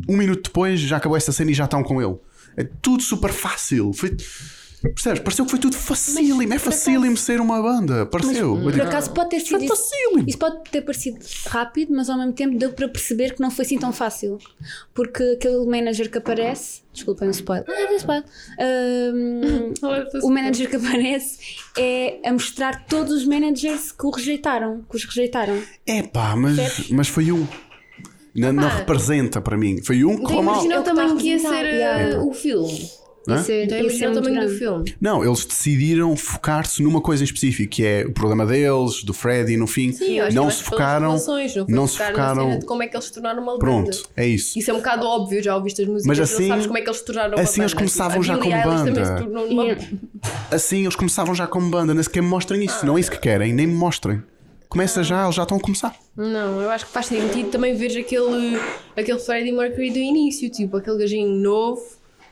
Speaker 2: um minuto depois já acabou essa cena e já estão com ele. É tudo super fácil. Foi- Percebes? Pareceu que foi tudo facílimo. É facílimo ser uma banda. Pareceu. Eu
Speaker 3: Por
Speaker 2: digo,
Speaker 3: acaso pode ter sido.
Speaker 2: Foi
Speaker 3: Isso,
Speaker 2: facílimo.
Speaker 3: isso pode ter parecido rápido, mas ao mesmo tempo deu para perceber que não foi assim tão fácil. Porque aquele manager que aparece. Desculpem o spoiler. Ah, deu spoiler. Ahm, o manager que aparece é a mostrar todos os managers que o rejeitaram. Que os rejeitaram.
Speaker 2: É pá, mas, mas foi um. Não, não representa para mim. Foi um que correu né? mal.
Speaker 4: Imagina
Speaker 3: É
Speaker 4: o
Speaker 3: o que
Speaker 4: tamanho
Speaker 3: está a
Speaker 4: que ia
Speaker 3: representar,
Speaker 4: ser
Speaker 3: yeah.
Speaker 4: eh, o filme.
Speaker 2: Hã?
Speaker 3: Isso é,
Speaker 4: Então
Speaker 3: isso é
Speaker 4: imagina o
Speaker 3: muito
Speaker 4: tamanho do
Speaker 3: grande.
Speaker 4: filme.
Speaker 2: Não, eles decidiram focar-se numa coisa em específico, que é o problema deles, do Freddy, no fim.
Speaker 4: Sim, eu acho
Speaker 2: não
Speaker 4: que é mais
Speaker 2: se
Speaker 4: pelas
Speaker 2: focaram.
Speaker 4: relações, não, foi
Speaker 2: Não se
Speaker 4: focar na
Speaker 2: focaram.
Speaker 4: cena de como é que eles se tornaram uma
Speaker 2: Pronto,
Speaker 4: banda.
Speaker 2: é isso.
Speaker 4: Isso é um bocado óbvio, já ouviste as músicas,
Speaker 2: Mas
Speaker 4: não
Speaker 2: assim-
Speaker 4: sabes como é que eles se tornaram uma
Speaker 2: assim eles
Speaker 4: banda. Tipo,
Speaker 2: começavam
Speaker 4: a
Speaker 2: já
Speaker 4: Billie
Speaker 2: como
Speaker 4: Eilish também
Speaker 2: banda.
Speaker 4: se tornou numa-
Speaker 3: Yeah.
Speaker 2: Assim eles começavam já como banda, nem sequer mostrem isso. não é isso que querem, nem mostrem.
Speaker 4: Ah.
Speaker 2: Começa já, eles já estão a começar.
Speaker 4: Não, eu acho que faz sentido também ver aquele, aquele Freddie Mercury do início, tipo aquele gajinho novo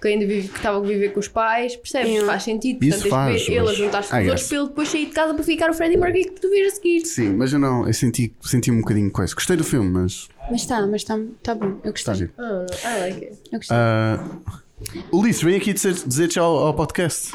Speaker 4: que ainda vive, que estava a viver com os pais, percebes? Faz sentido.
Speaker 2: Isso
Speaker 4: Portanto, tens
Speaker 2: faz,
Speaker 4: de ver ele a
Speaker 2: mas-
Speaker 4: juntar-se com
Speaker 2: Ah,
Speaker 4: os
Speaker 2: yes.
Speaker 4: outros para ele depois sair de casa para ficar o Freddie Mercury que tu vês a seguir.
Speaker 2: Sim, mas eu não, eu senti, senti um bocadinho coisa. Gostei do filme, mas
Speaker 3: Mas está, mas está tá bom. Eu
Speaker 2: está
Speaker 3: gostei.
Speaker 2: a giro.
Speaker 4: Ah, I like it.
Speaker 3: Eu gostei.
Speaker 2: Ah, Ulisses, vem aqui dizer, dizer tchau ao podcast.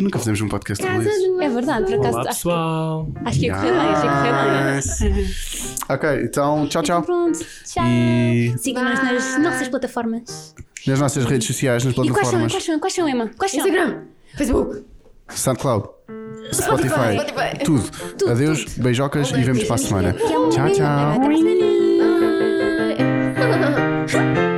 Speaker 2: Nunca fizemos um podcast do Ulisses.
Speaker 3: é verdade, por acaso.
Speaker 1: Olá
Speaker 3: acho, que-
Speaker 1: pessoal.
Speaker 3: acho que ia
Speaker 4: é,
Speaker 3: correr bem, acho que ia correr bem.
Speaker 2: Nice. ok, então
Speaker 3: Então
Speaker 2: tchau, tchau.
Speaker 3: pronto, tchau.
Speaker 2: E
Speaker 3: Sigam-nos nas nossas plataformas.
Speaker 2: nas nossas redes sociais, nas
Speaker 3: E quais são,
Speaker 2: plataformas
Speaker 3: quais são, quais são, Emma? Quais são?
Speaker 4: Instagram, Facebook,
Speaker 2: SoundCloud, Spotify,
Speaker 4: Spotify.
Speaker 2: tudo. é Adeus, beijocas um e vemos para a semana. Tchau, tchau.
Speaker 3: Tchau.
Speaker 4: Ah, é.